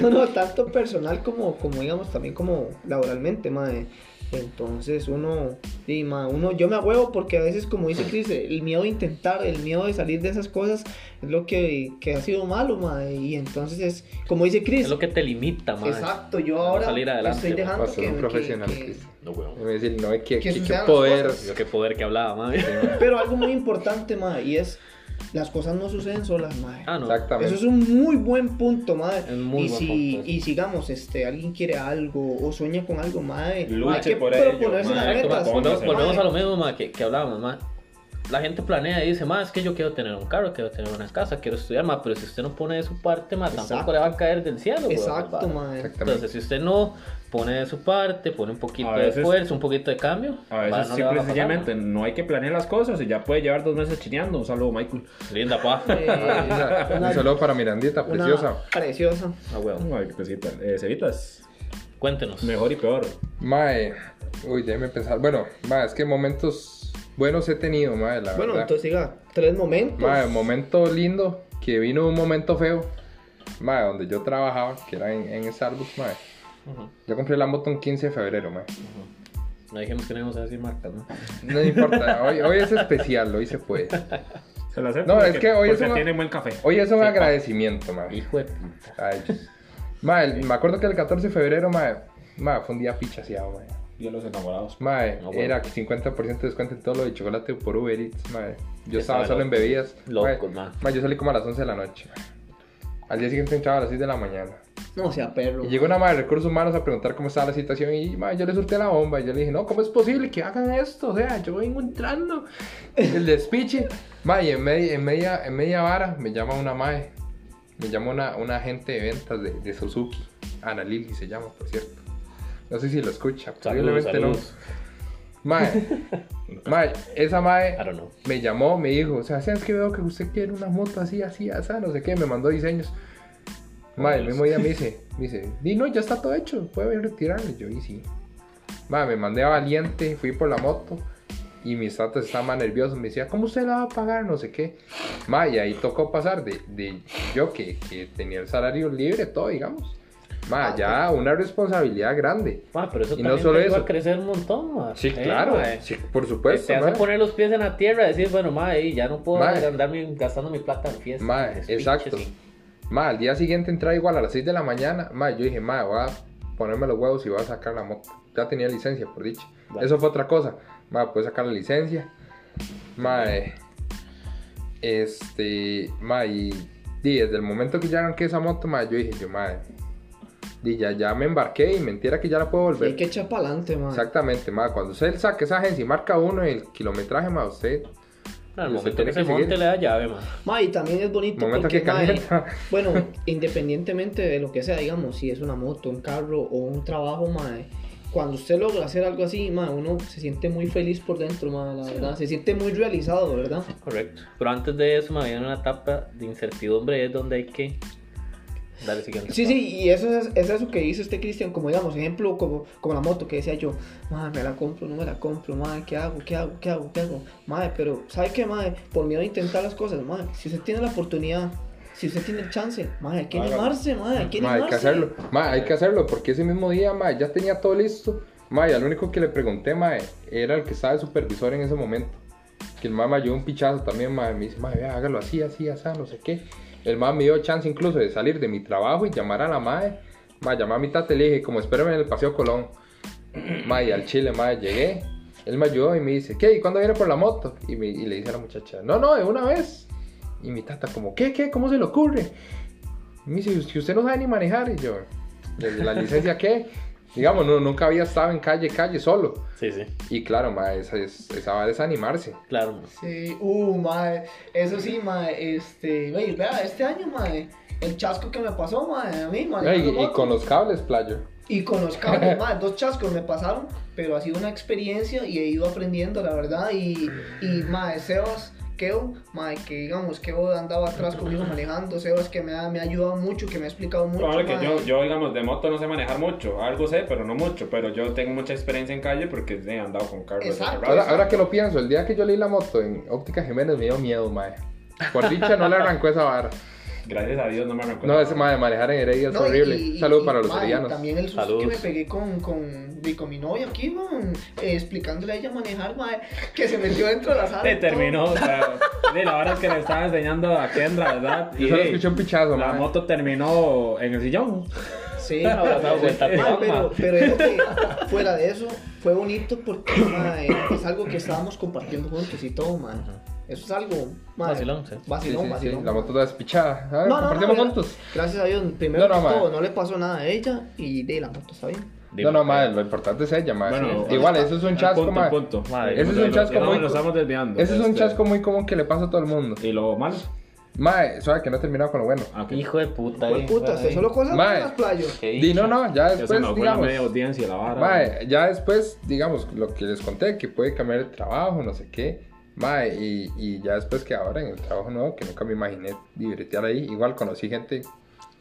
C: no, no, tanto personal como, como, digamos, también como laboralmente, mae. Entonces uno, sí, mae, uno, yo me huevo porque a veces, como dice Chris, el miedo de intentar, el miedo de salir de esas cosas es lo que, que ha sido malo, mae, y entonces es, como dice Chris,
E: Es lo que te limita, más.
C: Exacto, yo
E: Vamos a
C: ahora
E: salir adelante,
C: estoy dejando
D: Va a ser
C: que,
D: un
C: que-
D: profesional,
C: que-
D: Cristian.
E: No,
D: Y
B: Eh,
E: weón.
D: me decir, no, es que, que,
C: Que
D: que
C: sucedan las
D: poder.
E: Yo qué poder que hablaba, más.
C: Pero algo muy importante, madre, y es las cosas no suceden solas, madre.
E: Ah, no.
D: Exactamente.
C: Eso es un muy buen punto, madre.
E: Es muy
C: y
E: buen
C: si
E: punto.
C: y sigamos, este, alguien quiere algo o sueña con algo, madre,
B: Luche
C: hay que
B: por ello,
C: proponerse
B: mae.
C: las
E: Exacto,
C: metas.
E: ma, volvemos,
B: Póngase.
E: volvemos a lo mismo ma, que, que hablábamos, ma. La gente planea y dice, ma, es que yo quiero tener un carro, quiero tener una casa, quiero estudiar, ma, pero si usted no pone de su parte, ma,
C: Exacto.
E: tampoco le va a caer del cielo. weón,
C: Exacto,
E: vara.
C: madre.
D: Exactamente.
E: Entonces, si usted no pone de su parte, pone un poquito
B: A
E: de
B: veces-
E: esfuerzo, un poquito de cambio,
B: A veces
E: vara, no le va
B: simple y
E: a pasar nada.
B: sencillamente no hay que planear las cosas y ya puede llevar dos meses chineando. Un saludo, Michael.
E: Linda pa.
C: Eh,
D: Una-
C: una-
D: un saludo para Mirandita,
C: una
D: preciosa.
C: Preciosa.
E: Ah, weón.
B: Ay, qué cosita. Eh, Cevitas,
E: Cuéntenos.
B: mejor y peor.
D: Mae, uy, déjeme pensar. Bueno, mae, es que momentos buenos he tenido, mae, la
C: Bueno,
D: verdad.
C: entonces diga, tres momentos.
D: Mae, momento lindo, que vino un momento feo. Mae, donde yo trabajaba, que era en, en Starbucks, mae.
E: Ujú.
D: Yo compré la moto un 15 de febrero, mae.
E: No dijimos que no íbamos a decir marcas, ¿no?
D: No importa, hoy, hoy es especial, hoy se puede.
B: Se la acepto.
D: No,
B: porque-
D: es que hoy es
B: porque
D: una-
B: tiene buen café.
D: Hoy es un agradecimiento, mae.
E: Hijo de puta.
D: a ellos. Ma, el- me acuerdo que el 14 de febrero, ma, ma, fue un día pichaseado, ma.
B: Día de los enamorados.
D: Ma,
E: bueno.
D: era 50% de descuento en todo lo de chocolate por Uber Eats, ma. Yo estaba
E: Estaba
D: solo en
E: loco.
D: bebidas.
E: Loco,
D: ma.
E: ma.
D: Ma, yo salí como a las 11 de la noche, ma. Al día siguiente entraba a las 6 de la mañana.
C: No sea perro.
D: Y llegó una madre de recursos humanos a preguntar cómo estaba la situación y ma, yo le solté la bomba. Yo le dije, no, ¿cómo es posible que hagan esto? O sea, yo vengo entrando. El despiche. Ma, y en media, en media, en media vara me llama una madre. Me llama una, una agente de ventas de, de Suzuki. Ana Lili se llama, por cierto. No sé si lo escucha.
E: Saludos,
D: Posiblemente
E: saludos.
D: no. Mae, mae, esa mae
E: I don't know.
D: me llamó, me dijo, o sea, ¿sabes que veo que usted quiere una moto así, así, así, no sé qué? Me mandó diseños. Madre, el
E: pues.
D: mismo día me dice, me dice, di no, ya está todo hecho, puede venir a retirarle. Yo, y sí. Madre, me mandé a Valiente, fui por la moto y mis tatas estaban más nerviosos. Me decía, ¿cómo usted la va a pagar? No sé qué. Madre, y ahí tocó pasar de, de yo que, que tenía el salario libre, todo, digamos.
E: Ah,
D: Madre, ya una responsabilidad grande.
E: Ma, Ah, pero eso
D: Y no
E: también
D: solo
E: te ayuda
D: eso.
E: a crecer un montón, ma.
D: Sí,
E: Eh,
D: claro,
E: ma, eh.
D: sí, pues, por supuesto.
E: te hace
D: madre.
E: poner los pies en la tierra, decir, bueno, madre, y ya no puedo
D: Mae.
E: andar mi- gastando mi plata en fiestas.
D: Mae,
E: en despiches,
D: exacto.
E: y-
D: Ma, al día siguiente entraba igual a las 6 de la mañana. Ma, yo dije, ma, voy a ponerme los huevos y voy a sacar la moto. Ya tenía licencia, por dicho.
E: Vale.
D: Eso fue otra cosa. Ma, pude sacar la licencia. Ma, eh, este, ma, y, di, desde el momento que ya arranqué esa moto, ma, yo dije, yo, ma, di, ya, ya me embarqué y mentira que ya la puedo
C: Y
D: volver.
C: hay que echar para adelante, madre.
D: Exactamente, ma, cuando usted saque esa agencia y marca uno el kilometraje, ma, usted
E: No, al
D: Usted
E: momento
D: Pues tiene
E: que se
D: que
E: monte
D: seguir.
E: le da llave, ma.
C: Ma, y también es bonito
D: Momento
C: porque,
D: que
C: ma,
D: calienta.
C: eh, bueno, independientemente de lo que sea, digamos, si es una moto, un carro o un trabajo, ma, eh, cuando usted logra hacer algo así, ma, uno se siente muy feliz por dentro, ma, la verdad, se siente muy realizado, ¿verdad?
E: Correcto. Pero antes de eso, me viene una etapa de incertidumbre y es donde hay que Dale siguiente.
C: Sí, sí, y eso es, es eso que dice usted, Cristian, como digamos, ejemplo, como, como la moto que decía yo, madre, me la compro, no me la compro, madre, ¿qué hago? ¿Qué hago? ¿Qué hago? ¿Qué hago? Madre, pero ¿sabe qué, madre? Por miedo a intentar las cosas, madre, si usted tiene la oportunidad, si usted tiene el chance, madre, hay que
D: Hágalo.
C: animarse, madre, hay que
D: Ma,
C: animarse.
D: hay que hacerlo. Ma, hay que hacerlo porque ese mismo día, ma, ya tenía todo listo. Ma, y al único que le pregunté, ma, era el que estaba de supervisor en ese momento. Que el ma me ayudó un pichazo también, ma, me dice, ma, vea, hágalo así, así, así, no sé qué. El ma me dio chance incluso de salir de mi trabajo y llamar a la madre. Ma, llamé a mi tata y le dije, como espérame en el Paseo Colón. Ma, y al Chile, ma, llegué. Él me ayudó y me dice, ¿qué? ¿Y cuándo viene por la moto? Y, me- y le dice a la muchacha, no, no, de una vez. Y mi tata como, ¿qué, qué? ¿Cómo se le ocurre? Y me dice, si usted no sabe ni manejar, y yo, ¿desde la licencia qué? Digamos, no, nunca había estado en calle, calle, solo.
E: Sí, sí.
D: Y claro, ma, esa, es, esa vara es animarse.
E: Claro, ma.
C: Sí, uh, madre, eso sí, madre, este, güey, vea, este año, madre, el chasco que me pasó, madre, a mí, madre.
D: Y, y con los cables, playo.
C: Y con los cables, madre, dos chascos me pasaron, pero ha sido una experiencia y he ido aprendiendo, la verdad. Y, y madre, Sebas, Keo, madre, que digamos, Keo andaba atrás conmigo manejando, Sebas, que me ha, me ha ayudado mucho, que me ha explicado mucho.
B: Probable que
C: mae.
B: yo, yo, digamos, de moto no sé manejar mucho. Algo sé, pero no mucho. Pero yo tengo mucha experiencia en calle porque eh, he andado con carros. de
C: Exacto.
B: terror.
D: Ahora, ahora que lo pienso, el día que yo leí la moto en Óptica Jiménez me dio miedo, ma. Por dicha no le arrancó esa vara.
B: Gracias a Dios no me arrancó.
D: No, ese ma de manejar en Heredia es
C: No, y-
D: horrible.
C: y-
D: Saludos
C: y,
D: para los
C: mae,
D: heredianos.
C: También el susto
E: Saludos.
C: que me pegué con, con, di, con mi novia aquí, man, eh, explicándole a ella manejar, madre, que se metió dentro de la sala.
B: Te
C: y todo.
B: terminó. o sea, de la hora es que le estaba enseñando a Kendra, ¿verdad?
D: Yo solo
B: eh,
D: escuché un pichazo,
B: La
D: ma.
B: moto terminó en el sillón.
C: Sí,
E: abrazado con el tapete.
C: Ma, pero, pero digo que fuera de eso, fue bonito porque ma, eh, es algo que estábamos compartiendo juntos y todo, man. Eso es algo. ma,
E: Vacilón, sí.
D: Sí,
C: Vacilón,
D: sí, sí,
C: vacilón.
D: la moto está despichada. Ah,
C: No, no,
D: compartimos
C: no,
D: juntos.
C: Gracias a Dios, primero
D: No, no,
C: que
D: ma.
C: todo, no le pasó nada a ella y de la moto, ¿está bien?
D: No, no, madre, lo importante es ella, madre.
B: Bueno,
D: Sí. Igual, eso es un chasco,
B: punto,
D: madre.
B: punto.
E: Madre,
D: Ese es
B: Ya
D: un chasco
B: ya no,
D: muy-
B: nos estamos desviando.
D: Ese es un
B: Este,
D: chasco muy común que le pasa a todo el mundo.
B: Y lo malo.
D: Madre, suave que no he terminado con lo bueno.
B: Ah, ok.
E: Hijo de puta,
C: Pues
E: eh.
C: puta,
E: Ay,
C: usted solo cosas
D: Ma.
C: buenas, playo.
E: qué
D: Di, no, no, ya
B: Ya se
D: después,
B: nos fue la
D: pues, digamos.
B: media audiencia la vara.
D: Mae, ya después, digamos, lo que les conté, que puede cambiar el trabajo, no sé qué. Mae, y, y ya después que ahora en el trabajo nuevo, que nunca me imaginé divertear ahí, igual conocí gente,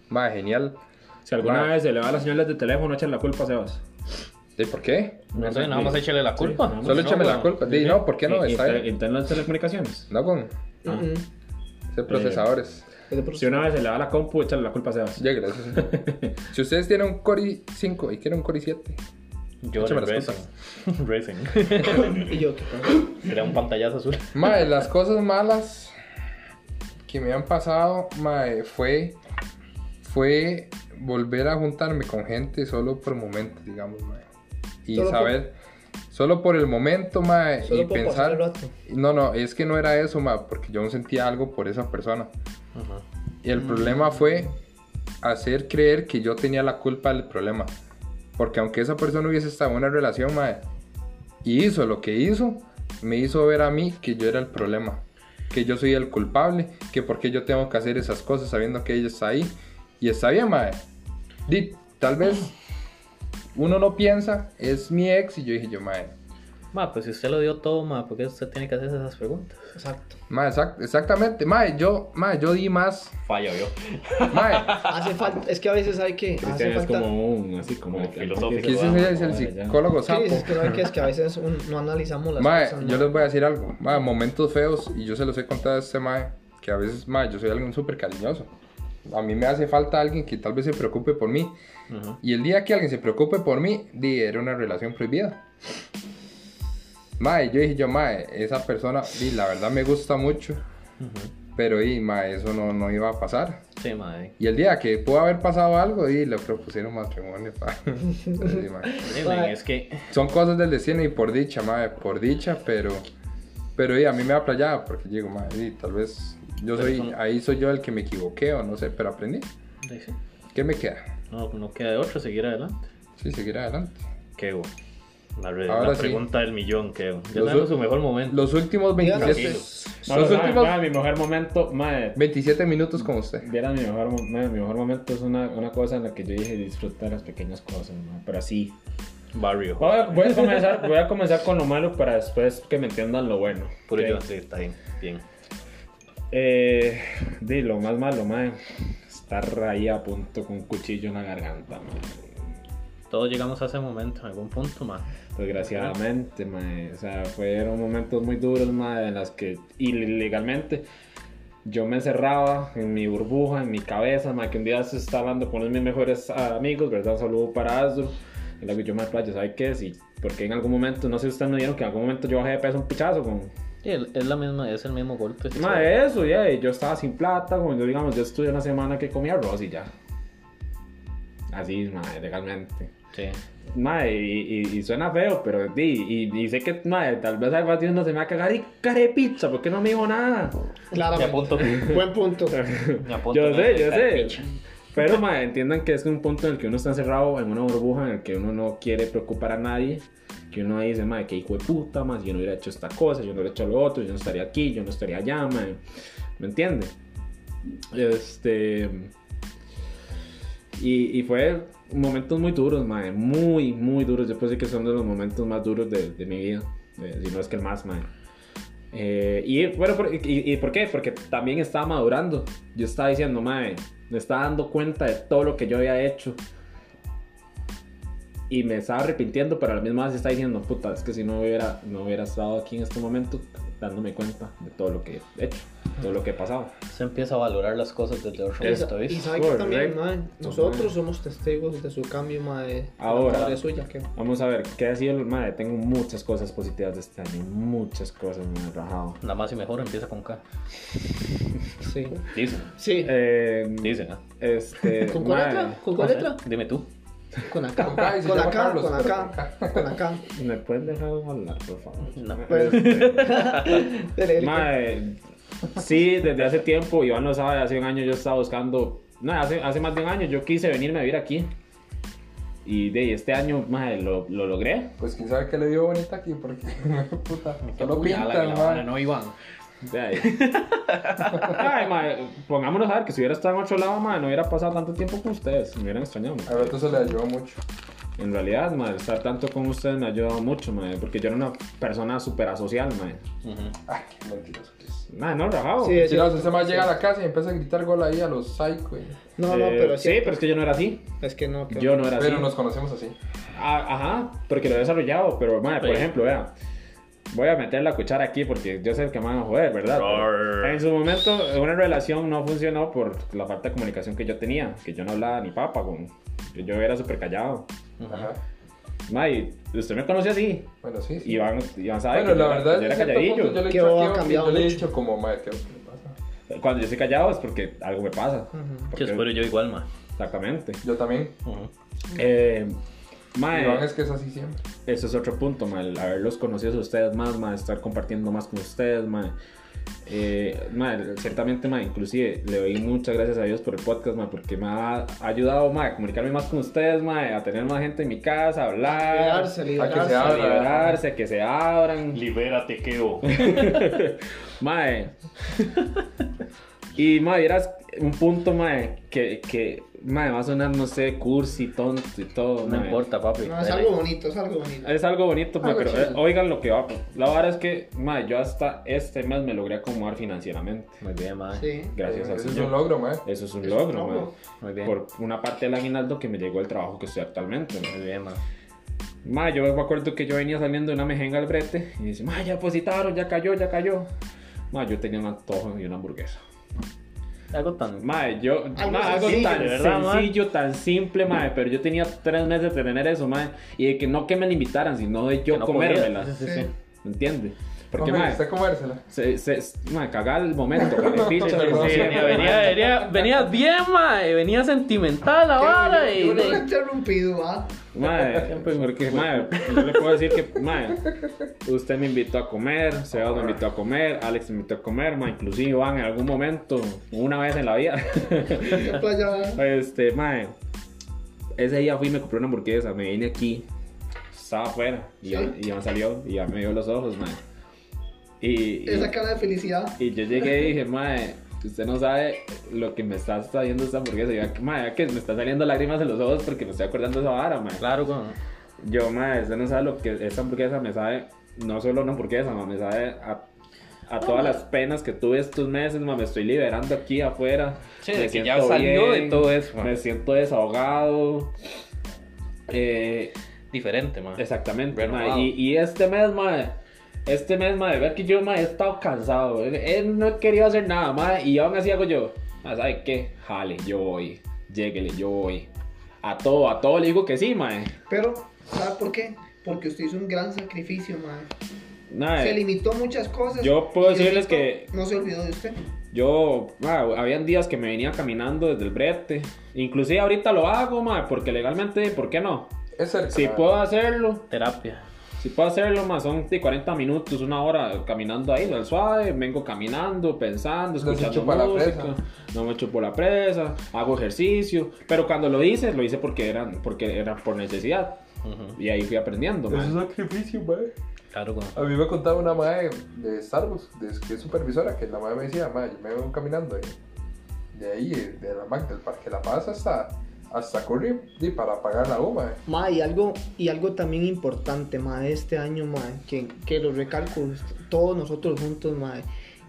D: mae, genial.
B: Si alguna
D: Mae.
B: vez se le va las señales de teléfono, echen la culpa a Sebas.
D: ¿De por qué?
E: No sé, nada más échale la culpa.
B: nada más.
D: Solo
E: No,
D: échame la
E: ma.
D: culpa. Di, no, ¿por qué no?
B: Y- y
D: Está
B: inter-
D: bien.
B: Internet de telecomunicaciones.
D: No con
B: Ah.
C: Mm, mm.
D: ser
B: Eh.
D: procesadores.
C: Es de por-
B: Si una vez se le va la compu, échale la culpa a Sebas.
D: Ya, gracias. si ustedes tienen un Core 5 y quieren un Core 7,
E: Yo
D: Échame
E: en
D: las
E: Racing. Racing.
C: Y yo, ¿qué pasa?
E: Sería un pantallazo azul.
D: Mae, las cosas malas que me han pasado, mae, fue, fue volver a juntarme con gente solo por momentos, digamos, mae. Y
C: Solo por-
D: saber, solo por el momento, mae,
C: Solo
D: y
C: por pasar el
D: pensar...
C: rato.
D: No, no, es que no era eso, mae, porque yo no sentía algo por esa persona.
E: Ajá.
D: Y el problema fue hacer creer que yo tenía la culpa del problema. Porque aunque esa persona hubiese estado en una relación, mae, y hizo lo que hizo, me hizo ver a mí que yo era el problema. Que yo soy el culpable, que porque yo tengo que hacer esas cosas sabiendo que ella está ahí. Y está bien, mae. Di, tal vez uno no piensa, es mi ex, y yo dije yo, mae.
E: Ma, pues si usted lo dio todo, ma, ¿por qué usted tiene que hacerse esas preguntas?
C: Exacto.
D: Mae, exact- exactamente, mae, yo, mae, yo di más.
E: Falla yo.
D: Mae,
C: Hace falta, es que a veces hay que. Hace
B: Cristian es
C: falta.
B: como un, así como
E: Como filosófico.
D: que ese es el psicólogo
C: Sí,
D: sapo.
C: es que no hay que, es que a veces un- no analizamos las
D: Mae,
C: cosas.
D: yo
C: ma.
D: les voy a decir algo. Mae, momentos feos, y yo se los he contado a este mae, que a veces, mae, yo soy alguien súper cariñoso. A mí me hace falta alguien que tal vez se preocupe por mí.
E: Ujú.
D: Y el día que alguien se preocupe por mí, di, era una relación prohibida. Mae, yo dije yo, mae, esa persona, di, la verdad me gusta mucho. Pero, y, mae, eso no, no iba a pasar.
E: Sí, ma. eh.
D: Y el día que pudo haber pasado algo, y le propusieron matrimonio. pa. Entonces, di, mae
E: Sí, men, es que.
D: son cosas del destino y por dicha, madre, por dicha, pero pero y a mí me da playada porque digo, madre, y tal vez yo soy ahí soy yo el que me equivoqué o no sé, pero aprendí.
E: sí, sí.
D: ¿Qué me queda?
E: No, no queda de otro, seguir adelante.
D: Sí, seguir adelante.
E: Keo. La, re-
D: Ahora
E: la
D: sí.
E: pregunta del millón, Keo. Ya
D: Los-
E: sabemos su mejor momento.
D: Los últimos 27 los últimos
B: mi mejor momento, madre.
D: 27 minutos con usted.
B: Vieran mi mejor, mo- mae, mi mejor momento es una, una cosa en la que yo dije disfrutar las pequeñas cosas, mae, pero así.
E: Barrio.
B: Voy a, voy a comenzar, voy a comenzar con lo malo para después que me entiendan lo bueno.
E: Puro
B: Ok.
E: yo. Sí, está bien. Bien.
B: Eh, di, lo más malo, mae. estar ahí a punto con un cuchillo en la garganta, mae.
E: Todos llegamos a ese momento, en algún punto, más.
B: Desgraciadamente, mae. O sea, fueron momentos muy duros, mae, en las que ilegalmente yo me encerraba en mi burbuja, en mi cabeza, mae, que un día se está hablando con uno de mis mejores amigos, ¿verdad? Un saludo para Azul. Y luego yo me playa, ¿sabes qué? Sí, porque en algún momento, no sé si ustedes me vieron que en algún momento yo bajé de peso un pichazo con
E: es, la misma, es el mismo golpe.
B: Más de eso, ya, y eh, yo estaba sin plata, como yo digamos, yo estuve una semana que comía arroz y ya. Así, madre, legalmente.
E: Sí.
B: Madre, y, y- y suena feo, pero sí, y, y sé que, madre, tal vez algo haciendo se me va a cagar y care pizza, ¿por qué no me dijo nada?
E: Me
C: Claramente.
E: apunto.
C: Buen punto.
E: Me apunto
B: Yo
E: en
B: sé,
E: el-
B: yo
E: en el
B: sé.
E: pecho.
B: Pero, madre, entiendan que es un punto en el que uno está encerrado en una burbuja en el que uno no quiere preocupar a nadie. Que uno dice, madre, qué hijo de puta, más yo no hubiera hecho esta cosa, yo no hubiera hecho lo otro, yo no estaría aquí, yo no estaría allá, madre. ¿Me entiende? Este. Y, y fue momentos muy duros, madre, muy, muy duros. Yo puedo decir que son de los momentos más duros de, de mi vida, eh, si no es que el más, madre. Eh, y bueno, por, y, y- ¿por qué? Porque también estaba madurando. Yo estaba diciendo, madre, me estaba dando cuenta de todo lo que yo había hecho. Y me estaba arrepintiendo, pero a la misma vez estaba diciendo, puta, es que si no hubiera, no hubiera estado aquí en este momento dándome cuenta de todo lo que he hecho, todo lo que he pasado.
E: Se empieza a valorar las cosas desde otro
C: Esa-
E: punto de
C: y
E: vista.
C: sabe que también,
B: Correcto.
C: mae, nosotros somos testigos de su cambio, mae.
B: Ahora.
C: Madre suya, que
B: Vamos a ver, ¿qué ha sido el madre? Tengo muchas cosas positivas de este año, muchas cosas, me he rajado.
E: Nada más y mejor empieza con K.
C: sí.
E: Dicen,
C: Sí.
B: Eh,
E: dicen, ¿ah?
B: este,
C: ¿Con cuál
B: mae,
C: letra? ¿Con
E: No
C: cuál
E: sé,
C: letra?
E: Dime tú.
C: Con acá. Con
D: K, y se llama
C: acá,
D: Carlos,
C: con
D: pero
C: acá, con acá.
B: ¿Me pueden dejar hablar, por favor? Este,
E: No.
C: Pues- Dele, Eric.
B: Mae,
C: pues.
B: sí, desde hace tiempo, Iván lo sabe, hace un año yo estaba buscando, no, hace, hace más de un año yo quise venirme a vivir aquí. Y de este año, mae, lo, lo logré.
D: Pues quién sabe qué le dio bonita aquí, porque. puta, solo
E: Cuidala que la
D: pintan,
E: vara,
D: man.
E: no, Iván.
B: De ahí. Ay, mae, pongámonos a ver que si hubiera estado en otro lado, mae, no hubiera pasado tanto tiempo con ustedes. Me hubieran extrañado. mae.
D: A ver, eso le ayudó mucho.
B: En realidad, mae, estar tanto con ustedes me ha ayudado mucho, mae, porque yo era una persona súper asocial, mae.
E: Ujú.
D: Ay, qué mentiroso que es.
B: Mae, no, rajado.
C: Sí, es-
D: Mentiroso, ese más este llega a la casa y empieza a gritar gol ahí a los psycho. y-
C: No,
B: Eh,
C: no, pero es
B: sí,
C: cierto.
B: pero es que yo no era así.
C: Es que no. que-
B: Yo no era así.
D: Pero nos conocemos así.
B: Ah, ajá, porque lo he desarrollado, pero madre, por
E: Sí.
B: ejemplo, vea. Voy a meter la cuchara aquí porque yo sé que me van a joder, ¿verdad? Pero en su momento una relación no funcionó por la falta de comunicación que yo tenía, que yo no hablaba ni papa, con... yo, yo era súper callado.
D: Ajá.
B: Mae, usted me conoce así,
D: Bueno, sí. sí.
B: Iván, Iván sabe
D: Bueno,
B: que
D: la
B: yo, era-
D: verdad,
B: yo era
D: en cierto punto
B: calladillo.
D: yo le he
C: Que
D: dicho
C: ha
D: a Teo que
C: cambiado
D: yo le he
C: mucho.
D: dicho como, madre, ¿qué qué le pasa?
B: Cuando yo estoy callado es porque algo me pasa,
C: Ujú.
E: Que
B: porque-
E: espero yo igual, más.
B: exactamente.
D: Yo también.
B: Eh, mae,
D: Iván es que es así siempre.
B: Ese es otro punto, ma, el haberlos conocido a ustedes más, ma, estar compartiendo más con ustedes, ma. Eh, ma, ciertamente, ma, inclusive le doy muchas gracias a Dios por el podcast, ma, porque me ha ayudado, ma, a comunicarme más con ustedes, ma, a tener más gente en mi casa, a hablar,
C: Liberarse,
D: A que
C: liberarse.
D: se
B: a
D: abra.
B: liberarse, a que se abran,
A: Libérate, Keo.
B: mae. Y, ma, vieras un punto, ma, que, que, ma, va a sonar, no sé, cursi, tonto y todo,
E: No
B: ma.
E: importa, papi.
C: No, es
E: dale.
C: algo bonito, es algo bonito.
B: Es algo bonito, ma,
C: Algo
B: pero
C: chido.
B: eh, oigan lo que va. pues. La verdad es que ma, yo hasta este mes me logré acomodar financieramente.
E: Muy bien, man.
C: Sí.
B: Gracias
D: Eh,
B: al
D: Eso es un
B: Señor.
D: logro, madre.
B: Eso es un
C: Es un
B: logro,
C: logro.
B: ma.
E: Muy bien.
B: Por una parte del aguinaldo que me llegó el trabajo que estoy actualmente. ma.
E: Muy bien, man.
B: Ma, yo me acuerdo que yo venía saliendo de una mejenga al brete y dice, ma, ya depositaron, ya cayó, ya cayó. Ma, yo tenía un antojo y una hamburguesa.
E: Algo tan.
B: Ma, yo,
C: Algo
B: ma, algo
C: sencillo,
B: tan
E: de verdad, ma.
B: sencillo, tan simple, ma, pero yo tenía tres meses de tener eso, ma, y de que no que me la invitaran, sino de yo
E: que no podía.
B: comérmela.
E: Sí, sí,
C: Sí.
E: sí.
B: ¿Me entiendes? Porque,
D: Hombre,
B: mae,
D: está a comérsela.
B: se, se, mae, cagar el momento, con el piso,
D: Sí,
B: con el
D: sí,
B: piso,
E: Venía,
B: mae.
E: venía, venía, venía bien, mae. Venía sentimental la vara.
C: Yo
E: Ah, Y,
C: no lo he interrumpido, ¿ah?
B: Mae, pues, porque, mae, yo le puedo decir que, mae, usted me invitó a comer, Sebas me invitó a comer, Alex me invitó a comer, mae, inclusive Iván en algún momento, una vez en la vida,
C: Qué playa.
B: este, mae, ese día fui y me compré una hamburguesa, me vine aquí, estaba afuera, y ya,
C: Sí.
B: y ya salió, y ya me dio los ojos, mae. Y, y-
C: Esa cara de felicidad.
B: Y yo llegué y dije, mae, usted no sabe lo que me está saliendo esta hamburguesa. Y yo, mae, que me están saliendo lágrimas en los ojos porque me estoy acordando de esa vara, mae.
E: Claro, weón.
B: Yo, mae, usted no sabe lo que esta hamburguesa me sabe, no solo una hamburguesa, mae, me sabe a a todas las penas que tuve estos meses, ma, me estoy liberando aquí afuera.
E: Sí,
B: me
E: de que ya
B: siento
E: salió de todo eso, ma.
B: Me siento desahogado. Eh,
E: Diferente, ma.
B: Exactamente,
E: Renovado.
B: mae. Y, y este mes, mae, este mes, mae, ver que yo, mae, he estado cansado. Él, él no quería hacer nada, mae, y aún así hago yo. Ah, ¿sabe qué? Jale, yo voy. Lléguele, yo voy. A todo, a todo le digo que sí, mae.
C: Pero, ¿sabe por qué? Porque usted hizo un gran sacrificio, madre.
B: Mae,
C: Se limitó muchas cosas.
B: Yo puedo
C: y el
B: decirles
C: rico
B: que-
C: No se olvidó de usted.
B: Yo, ma, habían días que me venía caminando desde el brete. Inclusive ahorita lo hago, mae, porque legalmente, ¿por qué no?
D: Es el
B: Si puedo hacerlo,
E: Terapia.
B: Si puedo hacerlo más, son de 40 minutos, una hora caminando ahí, al suave, vengo caminando, pensando,
D: No se
B: escuchando
D: chupa la
B: música,
D: presa.
B: no me chupo la presa, hago ejercicio, pero cuando lo hice, lo hice porque era, porque era por necesidad.
E: Ujú.
B: Y ahí fui aprendiendo.
D: Es
B: mae.
D: un sacrificio, mae.
E: Claro, ma.
D: A mí me contaba una madre de Starbucks, de, que es supervisora, que la madre me decía, madre, yo me vengo caminando de, de ahí, de, de la Mac, del Parque La Paz hasta, hasta Curry, y para pagar la U, mae.
C: Ma, y algo, y algo también importante, ma, de este año, ma, que, que lo recalco todos nosotros juntos, ma,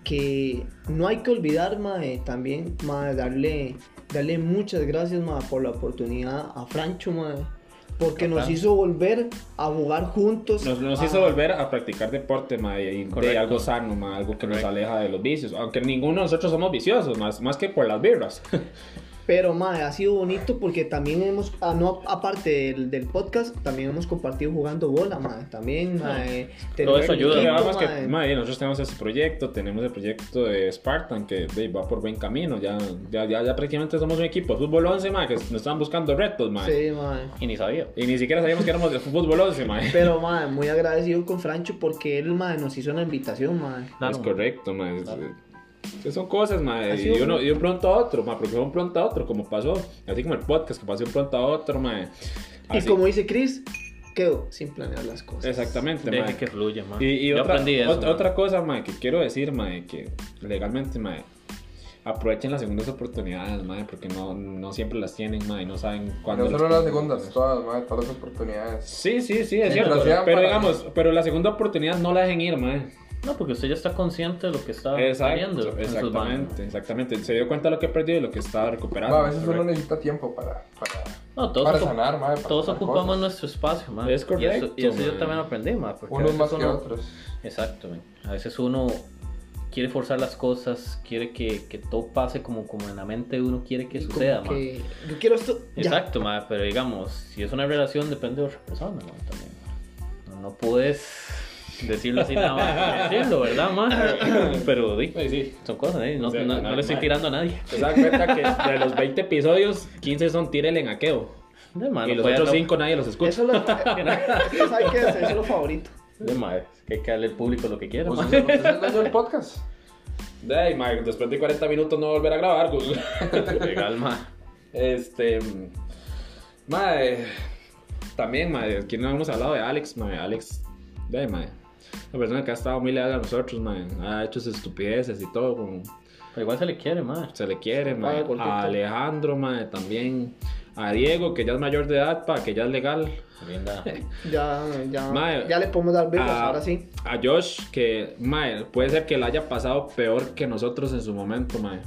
C: que no hay que olvidar, ma, de también, ma, de darle, darle muchas gracias, ma, por la oportunidad a Francho, ma, porque nos
E: Fran.
C: hizo volver a jugar juntos.
B: Nos, nos
C: a-
B: hizo volver a practicar deporte, ma, y- y de
E: Correcto.
B: algo sano, ma, algo que
E: Correcto.
B: nos aleja de los vicios. Aunque ninguno de nosotros somos viciosos, más, más que por las birras.
C: Pero, ma, ha sido bonito porque también hemos, ah, no, aparte del, del podcast, también hemos compartido jugando bola, ma, también, ma, eh,
E: Todo
C: tener
E: eso
C: un
E: ayuda.
B: Pero
C: equipo,
B: además que,
C: ma, eh,
B: mae, nosotros tenemos ese proyecto, tenemos el proyecto de Spartan que de, va por buen camino, ya, ya, ya, ya prácticamente somos un equipo de fútbol 11, mae, que nos estaban buscando retos, mae.
C: Sí, ma.
E: Y ni sabía.
B: Y ni siquiera sabíamos que éramos de fútbol 11, mae.
C: Pero, madre, muy agradecido con Francho porque él, madre, nos hizo una invitación, madre.
E: Claro,
B: es
E: ma.
B: correcto, mae. es- es- son cosas, mae,
C: Ha
B: y
C: sido
B: uno-
C: un-
B: y un pronto a otro, mae, porque fue un pronto a otro, como pasó, así como el podcast, que pasó un pronto a otro, mae.
C: Y
B: Así-
C: como dice Chris, quedó sin planear las cosas.
B: Exactamente, mae.
E: Deje que fluya, Este, ma.
B: Y, y
E: Yo
B: otra,
E: aprendí eso.
B: ot-
E: ma.
B: otra cosa, mae, que quiero decir, mae, que legalmente, mae, aprovechen las segundas oportunidades, mae, porque no, no siempre las tienen, mae, y no saben cuándo.
D: No
B: las
D: solo las
B: tienen.
D: segundas, todas, mae, todas las oportunidades.
B: Sí, sí, sí, es
D: Sí,
B: cierto.
D: pero sean
B: Pero
D: para-
B: digamos, pero la segunda oportunidad no la dejen ir, mae.
E: No, porque usted ya está consciente de lo que está viendo.
B: Exacto,
E: en Ah, sus manos.
B: exactamente, exactamente. Se dio cuenta de lo que perdió y lo que estaba recuperando.
D: Mae, a veces uno
B: correcto.
D: necesita tiempo para, para,
E: No, todos,
D: para
E: ocup-
D: sanar, mae. para
E: todos
D: sanar
E: ocupamos
D: cosas.
E: nuestro espacio, ma.
B: Es
E: Y eso, y eso
B: correcto,
E: yo
B: ma.
E: también lo aprendí, ma. Porque a
D: Unos
E: veces
D: más que
E: uno-
D: otros.
E: Exacto, man. a veces uno quiere forzar las cosas, quiere que, que todo pase como, como en la mente de uno quiere que
C: Y como
E: suceda, man.
C: que, Yo quiero esto. ya.
E: Exacto, ma, pero digamos, si es una relación depende de otra persona, ma, también. ma. No, no puedes decirlo así nada más, decirlo, ¿verdad, ma? Pero di,
B: Sí, Pues sí.
E: son cosas, ¿eh? no,
B: O sea,
E: no- no
B: ma-
E: le estoy
B: ma-
E: tirando a nadie.
B: Se dan cuenta que de los 20 episodios, 15 son tírele en aqueo.
E: De, ma,
B: y
E: no
B: los
E: puede-
B: otros
E: no-
B: 5 nadie los escucha.
C: Eso es lo, eso hay que hacer, eso es lo favorito.
E: de, ma, es que hay que darle al público lo que
B: Pues
E: quiera, ma.
D: Usted usted Pues es el dueño del podcast.
B: Ay, mae, después de 40 minutos no volver a grabar, Gus.
E: Legal, ma.
B: Este. mm, Mae. También, mae. Aquí no hemos hablado de Alex, mae. Alex. De, mae. Una persona que ha estado muy leal a nosotros, mae. Ha hecho sus estupideces y todo. Como
E: Pero igual se le quiere, ma.
B: se le quiere, mae.
C: paga por
B: A
C: TikTok.
B: Alejandro, mae. También. A Diego, que ya es mayor de edad, pa, que ya es legal.
E: Linda.
C: Ya, ya.
B: Mae.
C: ya le podemos dar besos,
B: a,
C: ahora sí.
B: Ah, A Josh, que, mae, puede ser que la haya pasado peor que nosotros en su momento, mae.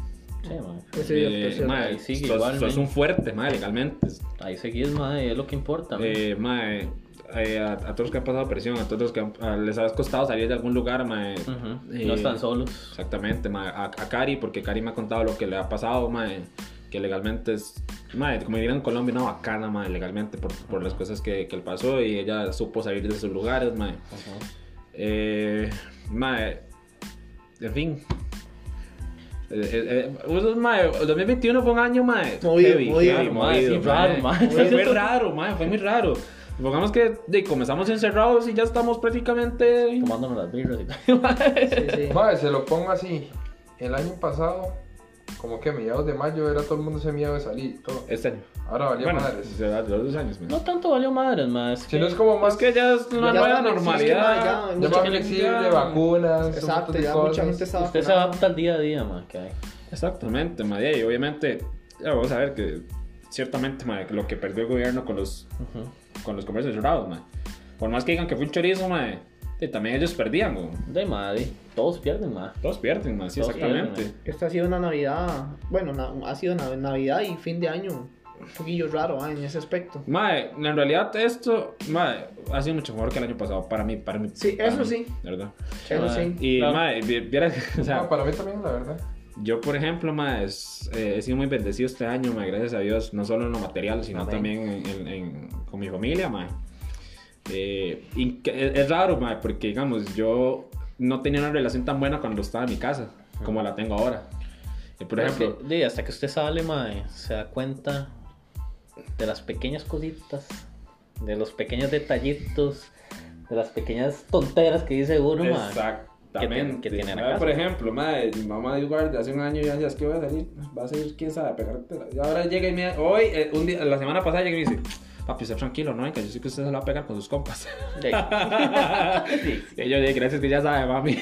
E: Sí, ma.
C: Ese
B: Eh,
C: día especial.
B: mae,
E: Ahí sigue
B: sos-
E: igual,
B: sos
E: men.
B: un fuerte, mae, legalmente.
E: Ahí seguís, ma, y es lo que importa, ma.
B: Eh, mae, eh, a, a todos los que han pasado presión, a todos los que han- a- les ha costado salir de algún lugar, mae.
E: Ujú.
B: Eh,
E: No están solos.
B: Exactamente, mae. A, a Cari, porque Cari me ha contado lo que le ha pasado, mae. Que legalmente es, mae, como dirían en Colombia, una bacana, mae, legalmente, por, por las cosas que, que le pasó y ella supo salir de sus lugares, mae. Eh, mae, en fin. Eh, eh, eh, mae, el 2021 fue un año, mae.
C: Movido,
B: heavy,
C: movido,
B: heavy,
E: mae, sí, raro, mae.
B: Fue, fue raro, mae, fue muy raro. Pongamos que de, comenzamos encerrados y ya estamos prácticamente.
E: Tomándonos las birras y todo.
C: Sí, sí.
D: Madre, se lo pongo así. El año pasado, como que a mediados de mayo era todo el mundo ese miedo de salir y todo.
B: Este año.
D: Ahora valía
B: Bueno,
D: madres.
B: se da los dos años, mae.
E: No tanto valió madres, ma. Es
D: Si
E: que-
D: no es como más
B: Es que ya es una
C: Ya
B: nueva
C: la- sí, es que
B: normalidad.
C: mae,
D: ya más
C: mucha
D: flexible,
B: ya-
D: vacunas, un
C: Exacto,
D: montón de
C: ya
D: cosas.
C: mucha gente estaba.
E: Usted se
C: vacunada.
E: adapta al día a día, man, que hay.
B: Exactamente, mae. Y obviamente, ya vamos a ver que ciertamente, mae, lo que perdió el gobierno con los, con los comercios cerrados, mae. Por más que digan que fue un chorizo, mae. Y también ellos perdían, güey.
E: De madre, todos pierden, más.
B: Todos pierden, man, sí,
E: Todos
B: exactamente.
E: pierden,
C: Esta ha sido una Navidad, bueno, na- ha sido una Navidad y fin de año un poquillo raro ah, en ese aspecto.
B: Mae, en realidad esto, mae, ha sido mucho mejor que el año pasado para mí, para mí.
C: Sí,
B: para
C: eso
B: mí,
C: sí.
B: de ¿Verdad?
C: Eso
E: Ay.
C: sí.
B: Y,
E: Claro.
B: mae, vi- vieras, o sea,
D: No, para mí también, la verdad.
B: yo, por ejemplo, mae, es- eh, he sido muy bendecido este año, mae, gracias a Dios, no solo en lo material, sino
E: Amén.
B: también en, en- en- con mi familia, mae. Eh, y que- es, es raro, mae, porque, digamos, yo no tenía una relación tan buena cuando estaba en mi casa, como la tengo ahora. Eh, por
E: Es
B: ejemplo,
E: que, di, hasta que usted sale, mae, se da cuenta de las pequeñas cositas, de los pequeños detallitos, de las pequeñas tonteras que dice uno, mae.
B: Exactamente.
E: que tiene en la
B: Mae,
E: casa.
B: Por ejemplo, madre, mi mamá de guardia hace un año ya decía, es que voy a salir, va a salir, quién sabe, a pegarte. la-". Y ahora llega y me hoy, eh, un día, la semana pasada llega y me dice, papi, usted tranquilo, no, que yo sé que usted se la va a pegar con sus compas.
E: Sí.
B: y yo dije, gracias que ya sabe, mami.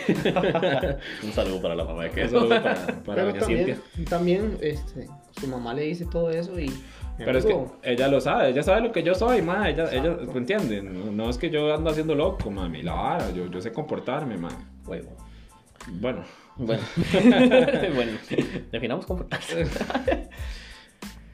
A: Un saludo para la mamá de
B: Eso es para, para
C: Pero
B: doña
C: también,
B: Cintia.
C: también este, su mamá le dice todo eso y...
B: Pero es que ella lo sabe, ella sabe lo que yo soy, madre, ella, ella ¿me entiende? No, no es que yo ando haciendo loco, mami, la vara, yo, yo sé comportarme, madre.
E: Huevo.
B: Bueno,
E: Bueno, bueno, definamos comportarse.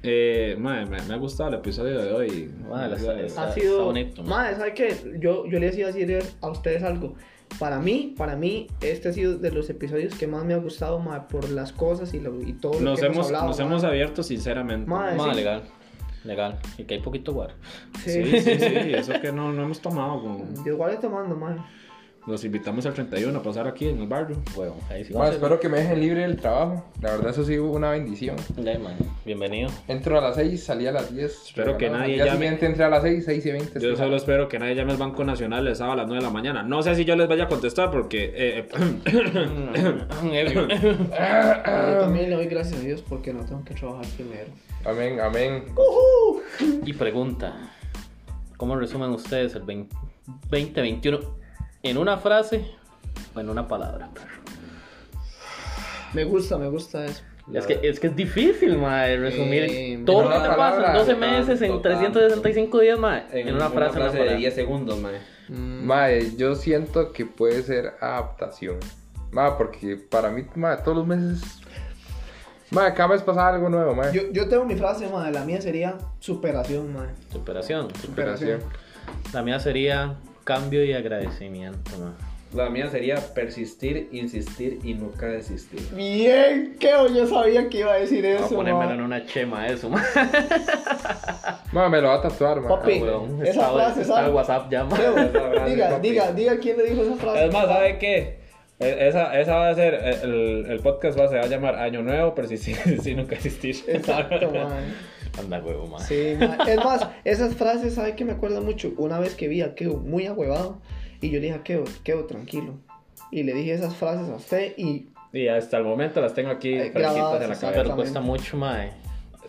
B: eh, madre, me, me ha gustado el episodio de hoy.
E: Mae, las-
B: Ya-
E: Está-
C: Ha
E: está
C: sido...
E: bonito, ¿no?
C: Madre, ¿sabe qué? Yo, yo les iba a decir a ustedes algo. Para mí, para mí, este ha sido de los episodios que más me ha gustado, madre, por las cosas y, lo, y todo lo
B: Eh, nos
C: que
B: hemos,
C: hablado.
B: nos
C: mae.
B: hemos abierto sinceramente.
C: Mae,
E: Mae,
C: sí.
E: legal, legal. Y que hay poquito guar.
B: Sí, sí, sí, eso que no, no hemos tomado. como-
C: Yo igual estoy tomando, madre.
B: Los invitamos al 31 a pasar aquí en el barrio.
E: Huevo, ahí
D: Mae,
E: sí vamos a hacer-
D: espero que me dejen libre del trabajo. La verdad, eso sí, una bendición.
E: Ya, mae, Bienvenido.
D: Entro a las 6, salí a las 10.
B: Espero que
D: regalado.
B: nadie
D: Al día
B: llame.
D: siguiente entré a las 6, 6 y 20.
B: Yo solo espero que nadie llame al Banco Nacional el sábado a las 9 de la mañana. No sé si yo les vaya a contestar porque... eh,
E: Ebrio.
D: Ah,
C: Yo también le doy gracias a Dios porque no tengo que trabajar primero.
D: Amén, amén.
E: Y pregunta, ¿cómo resumen ustedes el 20 2021 en una frase o en una palabra? perro?
C: Me gusta, me gusta eso.
E: Es que, es que es difícil, mae, resumir
C: Eh,
E: todo lo
G: en
E: que
G: una
E: te pasa
D: palabra,
E: en 12
G: tanto,
E: meses, en
G: tanto.
E: 365 días, mae, en, una frase, en una
G: de
E: palabra.
G: 10 segundos, mae.
D: Mae, yo siento que puede ser adaptación. Mae, porque para mí, mae, todos los meses. Mae, cada vez pasaba algo nuevo, mae.
C: Yo, yo tengo mi frase, madre. La mía sería superación, madre.
E: Superación.
D: Superación.
E: La mía sería cambio y agradecimiento, mae.
G: La mía sería persistir, insistir y nunca desistir.
C: Bien, que yo sabía que iba a decir
E: Voy a
C: eso,
E: ponérmelo en
C: mae.
E: una chema eso, mae.
D: Mae, me lo va a tatuar, mae.
C: Papi. Sí,
E: Weón,
C: esa
E: está-
C: frase,
E: está
C: ¿sabe?
E: el WhatsApp ya, mae.
C: Leo,
G: Esa frase,
C: diga,
G: papi.
C: diga, diga quién le dijo esa frase.
B: es más, ¿sabe qué? Eh, Esa, esa va a ser... eh, El, el podcast va, se va a llamar Año Nuevo, pero si, si, si nunca existir.
C: Exacto, madre.
E: Anda, huevo, mae.
C: Sí, mae. Es más, esas frases, ¿sabes qué me acuerda mucho? Una vez que vi a Keo muy ahuevado y yo le dije a Keo, Keo, tranquilo. Y le dije esas frases a usted y
B: Y hasta el momento las tengo aquí
C: Eh,
B: fresquitas en la
C: grabadas,
B: cabeza.
E: Pero cuesta mucho, mae.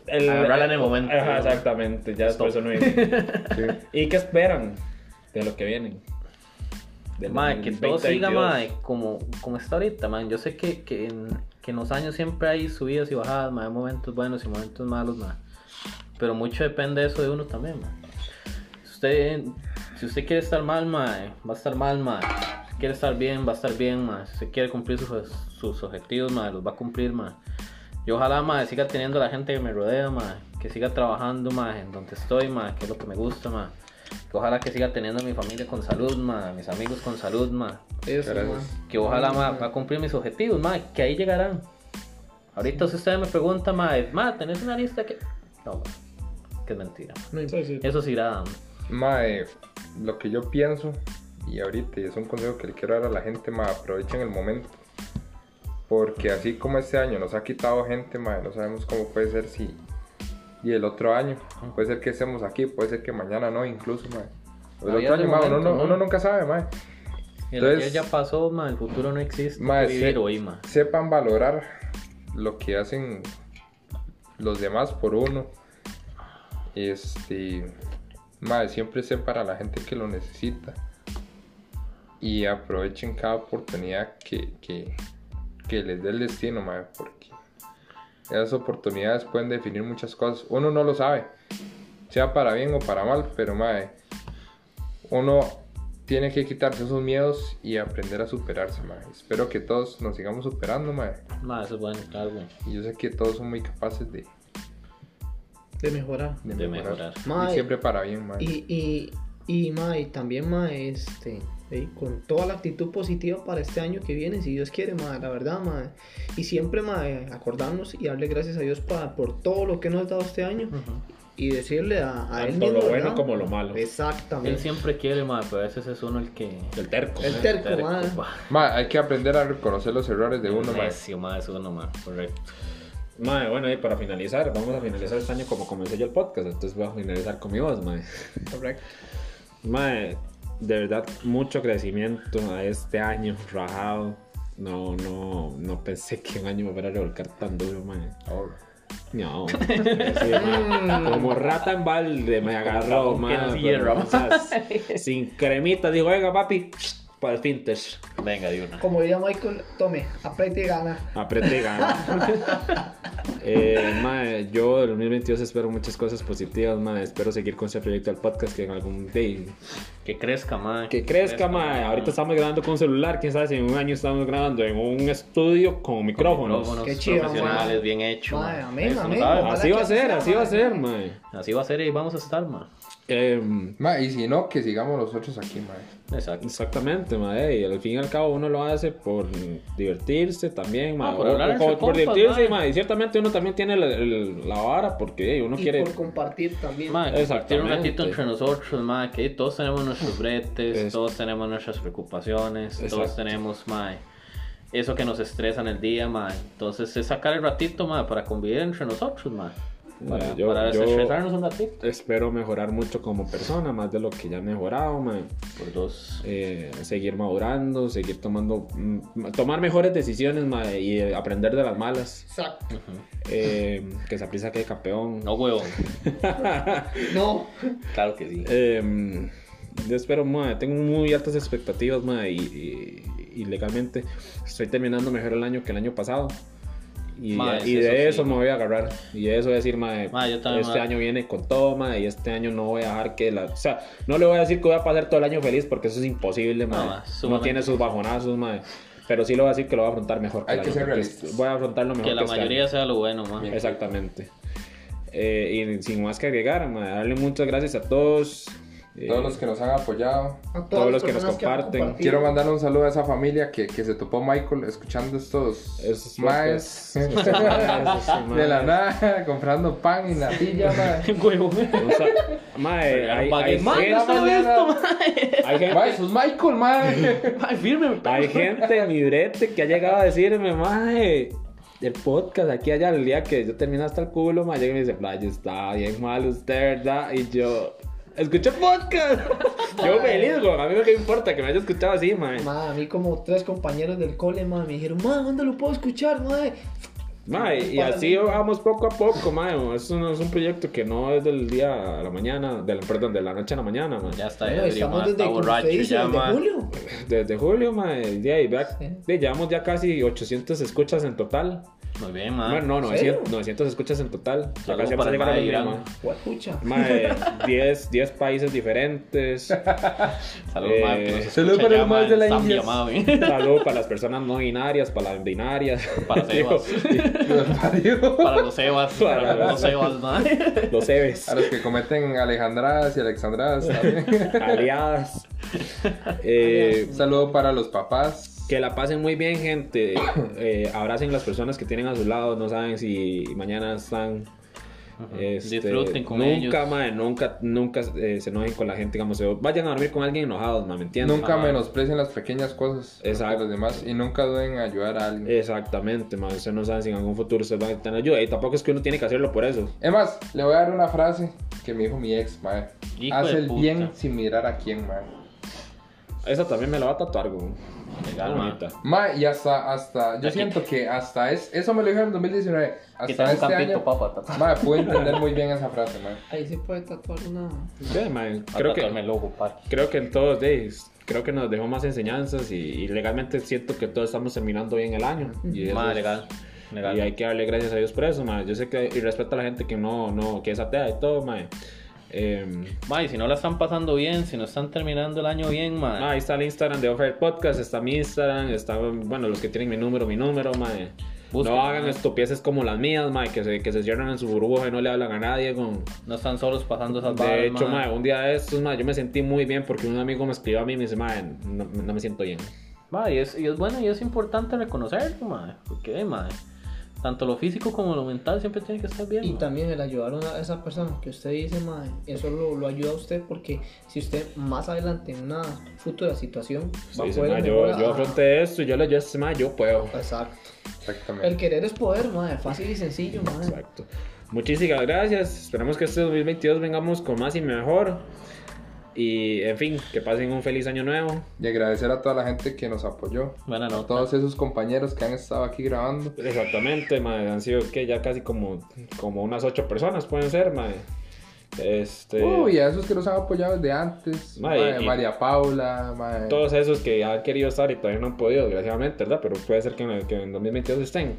B: El-
E: Agarrarla en el momento.
B: Ajá, exactamente. Ya
E: Stop.
B: después uno dice.
D: Sí.
B: ¿Y qué esperan de lo que vienen? Del
E: Mae, que todo siga,
B: 2022.
E: mae, como, como está ahorita, man. Yo sé que, que, en, que en los años siempre hay subidas y bajadas, mae, hay momentos buenos y momentos malos, mae. Pero mucho depende de eso de uno también, mae. Si usted, si usted quiere estar mal, mae, va a estar mal, mae. Si quiere estar bien, va a estar bien, mae. Si usted quiere cumplir sus, sus objetivos, mae, los va a cumplir, mae. Y ojalá, mae, siga teniendo la gente que me rodea, mae. Que siga trabajando, mae, en donde estoy, mae, que es lo que me gusta, mae. Que ojalá que siga teniendo a mi familia con salud, ma, a mis amigos con salud, ma.
C: eso,
D: Gracias.
C: mae.
E: Que ojalá, ma, va a cumplir mis objetivos, ma, que ahí llegarán. Ahorita si ustedes me preguntan, ma, es, ma, ¿tenés una lista que...? No, ma, que es mentira. ma.
C: No importa.
E: Eso sí irá, ma.
D: Mae, lo que yo pienso, y ahorita, y es un consejo que le quiero dar a la gente, mae, aprovechen el momento. Porque así como este año nos ha quitado gente, mae, no sabemos cómo puede ser si. Y el otro año, puede ser que estemos aquí, puede ser que mañana no, incluso, mae. El
E: Todavía
D: otro
E: es el
D: año, mae, uno,
E: momento,
D: no-
E: ¿no?
D: uno nunca sabe, mae.
E: El
D: Entonces-
E: ayer ya pasó, ma, el futuro no existe. hay
D: Mae,
E: que vivir
D: se-
E: hoy, ma.
D: sepan valorar lo que hacen los demás por uno. Este, madre, siempre estén para la gente que lo necesita. Y aprovechen cada oportunidad que, que, que les dé el destino, madre, porque esas oportunidades pueden definir muchas cosas. Uno no lo sabe, sea para bien o para mal, pero madre, uno tiene que quitarse esos miedos y aprender a superarse, mae. Espero que todos nos sigamos superando, mae.
E: Ma, eso es bueno, claro, güey.
D: Y yo sé que todos son muy capaces de,
C: de mejorar.
D: de
E: De mejorar.
D: mejorar.
C: Mae.
D: Y siempre para bien, mae.
C: Y, y, y, ma, y también, ma, este, eh, con toda la actitud positiva para este año que viene, si Dios quiere, ma, la verdad, ma. Y siempre, ma, eh, acordarnos y darle gracias a Dios pa- por todo lo que nos ha dado este año y decirle a, a él
B: Tanto
C: mismo,
B: lo bueno
C: ¿verdad?
B: como lo malo.
E: Él
C: Exactamente.
E: siempre quiere, ma, pero a veces es uno el que.
B: El terco.
C: El terco,
E: terco,
C: ma.
E: pa.
D: Mae, hay que aprender a reconocer los errores de uno, mae.
E: Necio, ma, es uno, ma, correcto.
B: Mae, bueno, y para finalizar, vamos a finalizar este año como comencé yo el podcast, entonces voy a finalizar con mi voz, mae.
C: Correcto.
B: Mae, de verdad, mucho crecimiento a este año, rajado. No, no, no pensé que un año me fuera a revolcar tan duro, mae. No, sí, mae. como rata en balde me agarró,
E: Como
B: mae.
E: que no
B: pero,
E: hierro.
B: o sea, sin cremita, dijo, venga, papi, para el finter.
E: Venga, de una.
C: Como diría Michael, tome, apriete y gana.
B: Apreté y gana. Eh, mae, yo del 2022 espero muchas cosas positivas, mae. Espero seguir con este proyecto del podcast que en algún day
E: Que crezca, ma.
B: que crezca, mae. Ahorita estamos grabando con un celular, quién sabe si en un año estamos grabando en un estudio con micrófonos.
E: Micrófonos
C: Qué chido,
E: profesionales,
C: ma.
E: bien hecho.
C: Ma,
E: ma.
C: amén,
E: Eso,
C: amén.
E: ¿sabe?
C: Ojalá
B: Así va
C: que
B: a ser,
C: sea,
B: así va a
C: mae.
B: ser, mae.
E: Así va a ser y vamos a estar, ma.
B: Em,
D: Mae, y si no, que sigamos nosotros aquí, mae.
E: Exacto.
B: Exactamente, madre. Y al fin y al cabo uno lo hace por divertirse también, madre.
E: Ah, por hablar
B: O- o-
E: entre
B: por
E: compas,
B: divertirse,
E: mae.
B: madre. Y ciertamente uno también tiene la, el- la vara porque eh, uno
C: Y
B: quiere.
C: por compartir también.
E: Ma, compartir un
B: Exactamente.
E: ratito entre nosotros, ma, que todos tenemos nuestros bretes,
B: Es-
E: todos tenemos nuestras preocupaciones,
B: Exacto.
E: todos tenemos, ma, eso que nos estresa en el día, ma. Entonces es sacar el ratito, ma, para convivir entre nosotros, ma.
B: Mae,
E: Para,
B: yo-
E: para
B: yo-
E: desestresarnos un ratito.
B: Espero mejorar mucho como persona, más de lo que ya he mejorado, madre.
E: Por dos.
B: Eh, seguir madurando, seguir tomando. mm, tomar mejores decisiones, madre. Y eh, aprender de las malas.
C: Exacto.
B: Eh, que se aprisa que campeón.
E: No huevo.
C: No,
E: Claro que sí.
B: Eh, yo espero, mae, tengo muy altas expectativas, mae, y, y- y legalmente estoy terminando mejor el año que el año pasado. Y,
E: Mae,
B: y
E: eso
B: de
E: sí.
B: eso me voy a agarrar. Y de eso voy a decir, mae,
E: Mae, yo también,
B: este
E: mae.
B: año viene con todo, mae, y este año no voy a dejar que la... O sea, no le voy a decir que voy a pasar todo el año feliz porque eso es imposible, mae.
E: mae,
B: no
E: sumamente.
B: tiene sus bajonazos, mae. Pero sí le voy a decir que lo voy a afrontar mejor.
D: Hay
B: el
D: que
B: año,
D: ser
B: porque
D: realistas.
B: Voy a afrontarlo mejor.
E: Que la
B: este año.
E: mayoría sea lo bueno, ma.
B: Exactamente. Eh, y sin más que agregar, ma, darle muchas gracias a todos. eh,
D: Todos los que nos han apoyado.
C: a todas
B: Todos
C: las
B: los que nos
C: personas han
B: comparten.
C: compartido.
D: Quiero mandar un saludo a esa familia que, que se topó Michael escuchando estos
B: esos
D: maes
B: podcasts, esos maes, esos
D: de la
B: maes.
D: nada comprando pan y natilla, mae.
E: Huevo.
B: O sea, ma, eh, hay,
E: Ma,
B: hay
E: ma,
B: gente-
E: no sabes esto, ma.
B: hay gente-
D: Mae, sos Michael, mae.
E: Ma, firme,
B: hay gente a mi brete que ha llegado a decirme, mae, el podcast aquí allá, el día que yo termino hasta el culo, ma, llega y me dice, playa está bien mal usted, ¿verdad? Y yo, escuché podcast. yo feliz, güey, a mí no me importa que me haya escuchado así, ma.
C: Ma, a mí como tres compañeros del cole, ma, me dijeron, ma, ¿dónde lo puedo escuchar, ma?
B: Mae, y
C: Para
B: así
C: mí.
B: vamos poco a poco, mae. Es un, es un proyecto que no es del día a la mañana, del, perdón, de la noche a la mañana, mae.
E: Ya está,
C: Bueno,
E: ebrio,
C: estamos
E: ma,
C: desde,
E: está
C: como
E: borracho
C: usted dice,
E: ya,
C: desde
E: ma.
C: julio.
B: Desde julio, mae, de ahí, vea,
C: Sí.
B: de, llevamos ya casi 800 escuchas en total.
E: Muy bien, ma.
B: Bueno, no,
C: ¿en serio?
B: 900, 900 escuchas en total. Ya
E: Saludos
B: casi vamos a
E: para
B: llegar a los
E: mae,
B: mil,
E: Irán.
C: Guapucha.
B: mae. Mae, 10, 10 eh, países diferentes.
E: Saludos, ma, que nos
B: Eh,
E: escucha
D: saludos para
E: ya,
D: los
E: ma,
D: maes de la
E: en ¿eh? Zambia,
D: India.
E: ma, güey.
B: Saludos para las personas no binarias, para las binarias.
E: Para
B: Digo,
D: Los parió.
E: Para los Evas, para,
B: Para
E: los Evas, ma.
B: los Eves.
D: A los que cometen Alejandradas y Alexandradas también.
B: Aliadas. Eh,
D: Un saludo para los papás.
B: Que la pasen muy bien, gente. Eh, abracen las personas que tienen a su lado. No saben si mañana están. este,
E: Disfruten con
B: nunca,
E: ellos.
B: mae, nunca, nunca eh, se enojen con la gente. Digamos, se- vayan a dormir con alguien enojados, mae, ¿me entiendes?
D: Nunca
B: Ah,
D: menosprecien las pequeñas cosas de
B: Exacto.
D: los demás y nunca duden en ayudar a
E: Eh.
D: alguien.
B: Exactamente, mae. Ustedes no saben si en algún futuro ustedes van a tener ayuda. Y tampoco es que uno tiene que hacerlo por eso.
D: Es más, le voy a dar una frase que me dijo mi ex, mae.
E: Hijo
D: Haz
E: de
D: el
E: puta.
D: bien sin mirar a quién, mae.
B: Esa también me la va a tatuar, güey.
E: Legal,
B: Qué
E: mae.
B: bonita.
D: Mae, y hasta, hasta, yo
E: Aquí.
D: siento que hasta es, eso me lo dijeron en 2019.
E: Que
D: Hasta
E: tenga un
D: este
E: campito,
D: año,
E: papá, tata.
D: mae, pude entender muy bien esa frase, mae.
C: Ahí se puede tatuar una...
B: Sí, mae,
E: A
B: Creo
E: tatuarme el
B: que,
E: ojo, pa.
B: creo que en todos days. Creo que nos dejó más enseñanzas y, y legalmente siento que todos estamos terminando bien el año. Y eso
E: Ma,
B: es-
E: legal. Legal.
B: Y hay que darle gracias a Dios por eso, mae. Yo sé que, y respeto a la gente que no, no, que es atea y todo, mae. Em,
E: Ma, y si no la están pasando bien, si no están terminando el año bien, ma.
B: Ah, ahí está el Instagram de Offer Podcast, está mi Instagram, está, bueno, los que tienen mi número, mi número, mae.
E: Busquen,
B: no hagan
E: mae.
B: estupideces como las mías, mae, que se, que se cierran en su burbuja y no le hablan a nadie. Con...
E: No están solos pasando esas barras.
B: De hecho,
E: ma.
B: mae, un día de estos, mae, yo me sentí muy bien porque un amigo me escribió a mí y me dice, mae, no, no me siento bien.
E: Ma, y, es, y es bueno y es importante reconocerlo, ma. Porque, ma, tanto lo físico como lo mental siempre tiene que estar bien.
C: Y
E: ma.
C: también el ayudar a una- a esa persona que usted dice, mae, eso lo, lo ayuda a usted porque si usted más adelante en una futura situación
B: Sí,
C: va a
B: dice,
C: poder
B: mae, yo,
C: mejorar.
B: yo afronté esto y yo le ayudé a este mae, yo puedo.
C: Exacto.
D: Exactamente.
C: El querer es poder, mae, fácil y sencillo, mae.
B: Exacto. Muchísimas gracias. Esperamos que este 2022 vengamos con más y mejor. Y, en fin, que pasen un feliz año nuevo.
D: Y agradecer a toda la gente que nos apoyó.
E: Buena
D: A
E: nota.
D: todos esos compañeros que han estado aquí grabando.
B: Exactamente, madre. Han sido que ya casi como, como unas ocho personas pueden ser, madre. Este.
D: Uy, a esos que nos han apoyado desde antes.
B: Mae,
D: Mae,
B: y-
D: María Paula, mae,
B: Todos esos que han querido estar y todavía no han podido, desgraciadamente, ¿verdad? Pero puede ser que en, el- que en 2022 estén.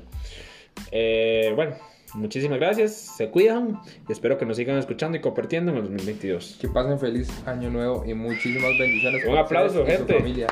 B: Eh, bueno, muchísimas gracias. Se cuidan. Y espero que nos sigan escuchando y compartiendo en el 2022.
D: Que pasen feliz año nuevo y muchísimas bendiciones.
B: Un
D: para
B: aplauso,
D: ustedes y su
B: gente.
D: familia.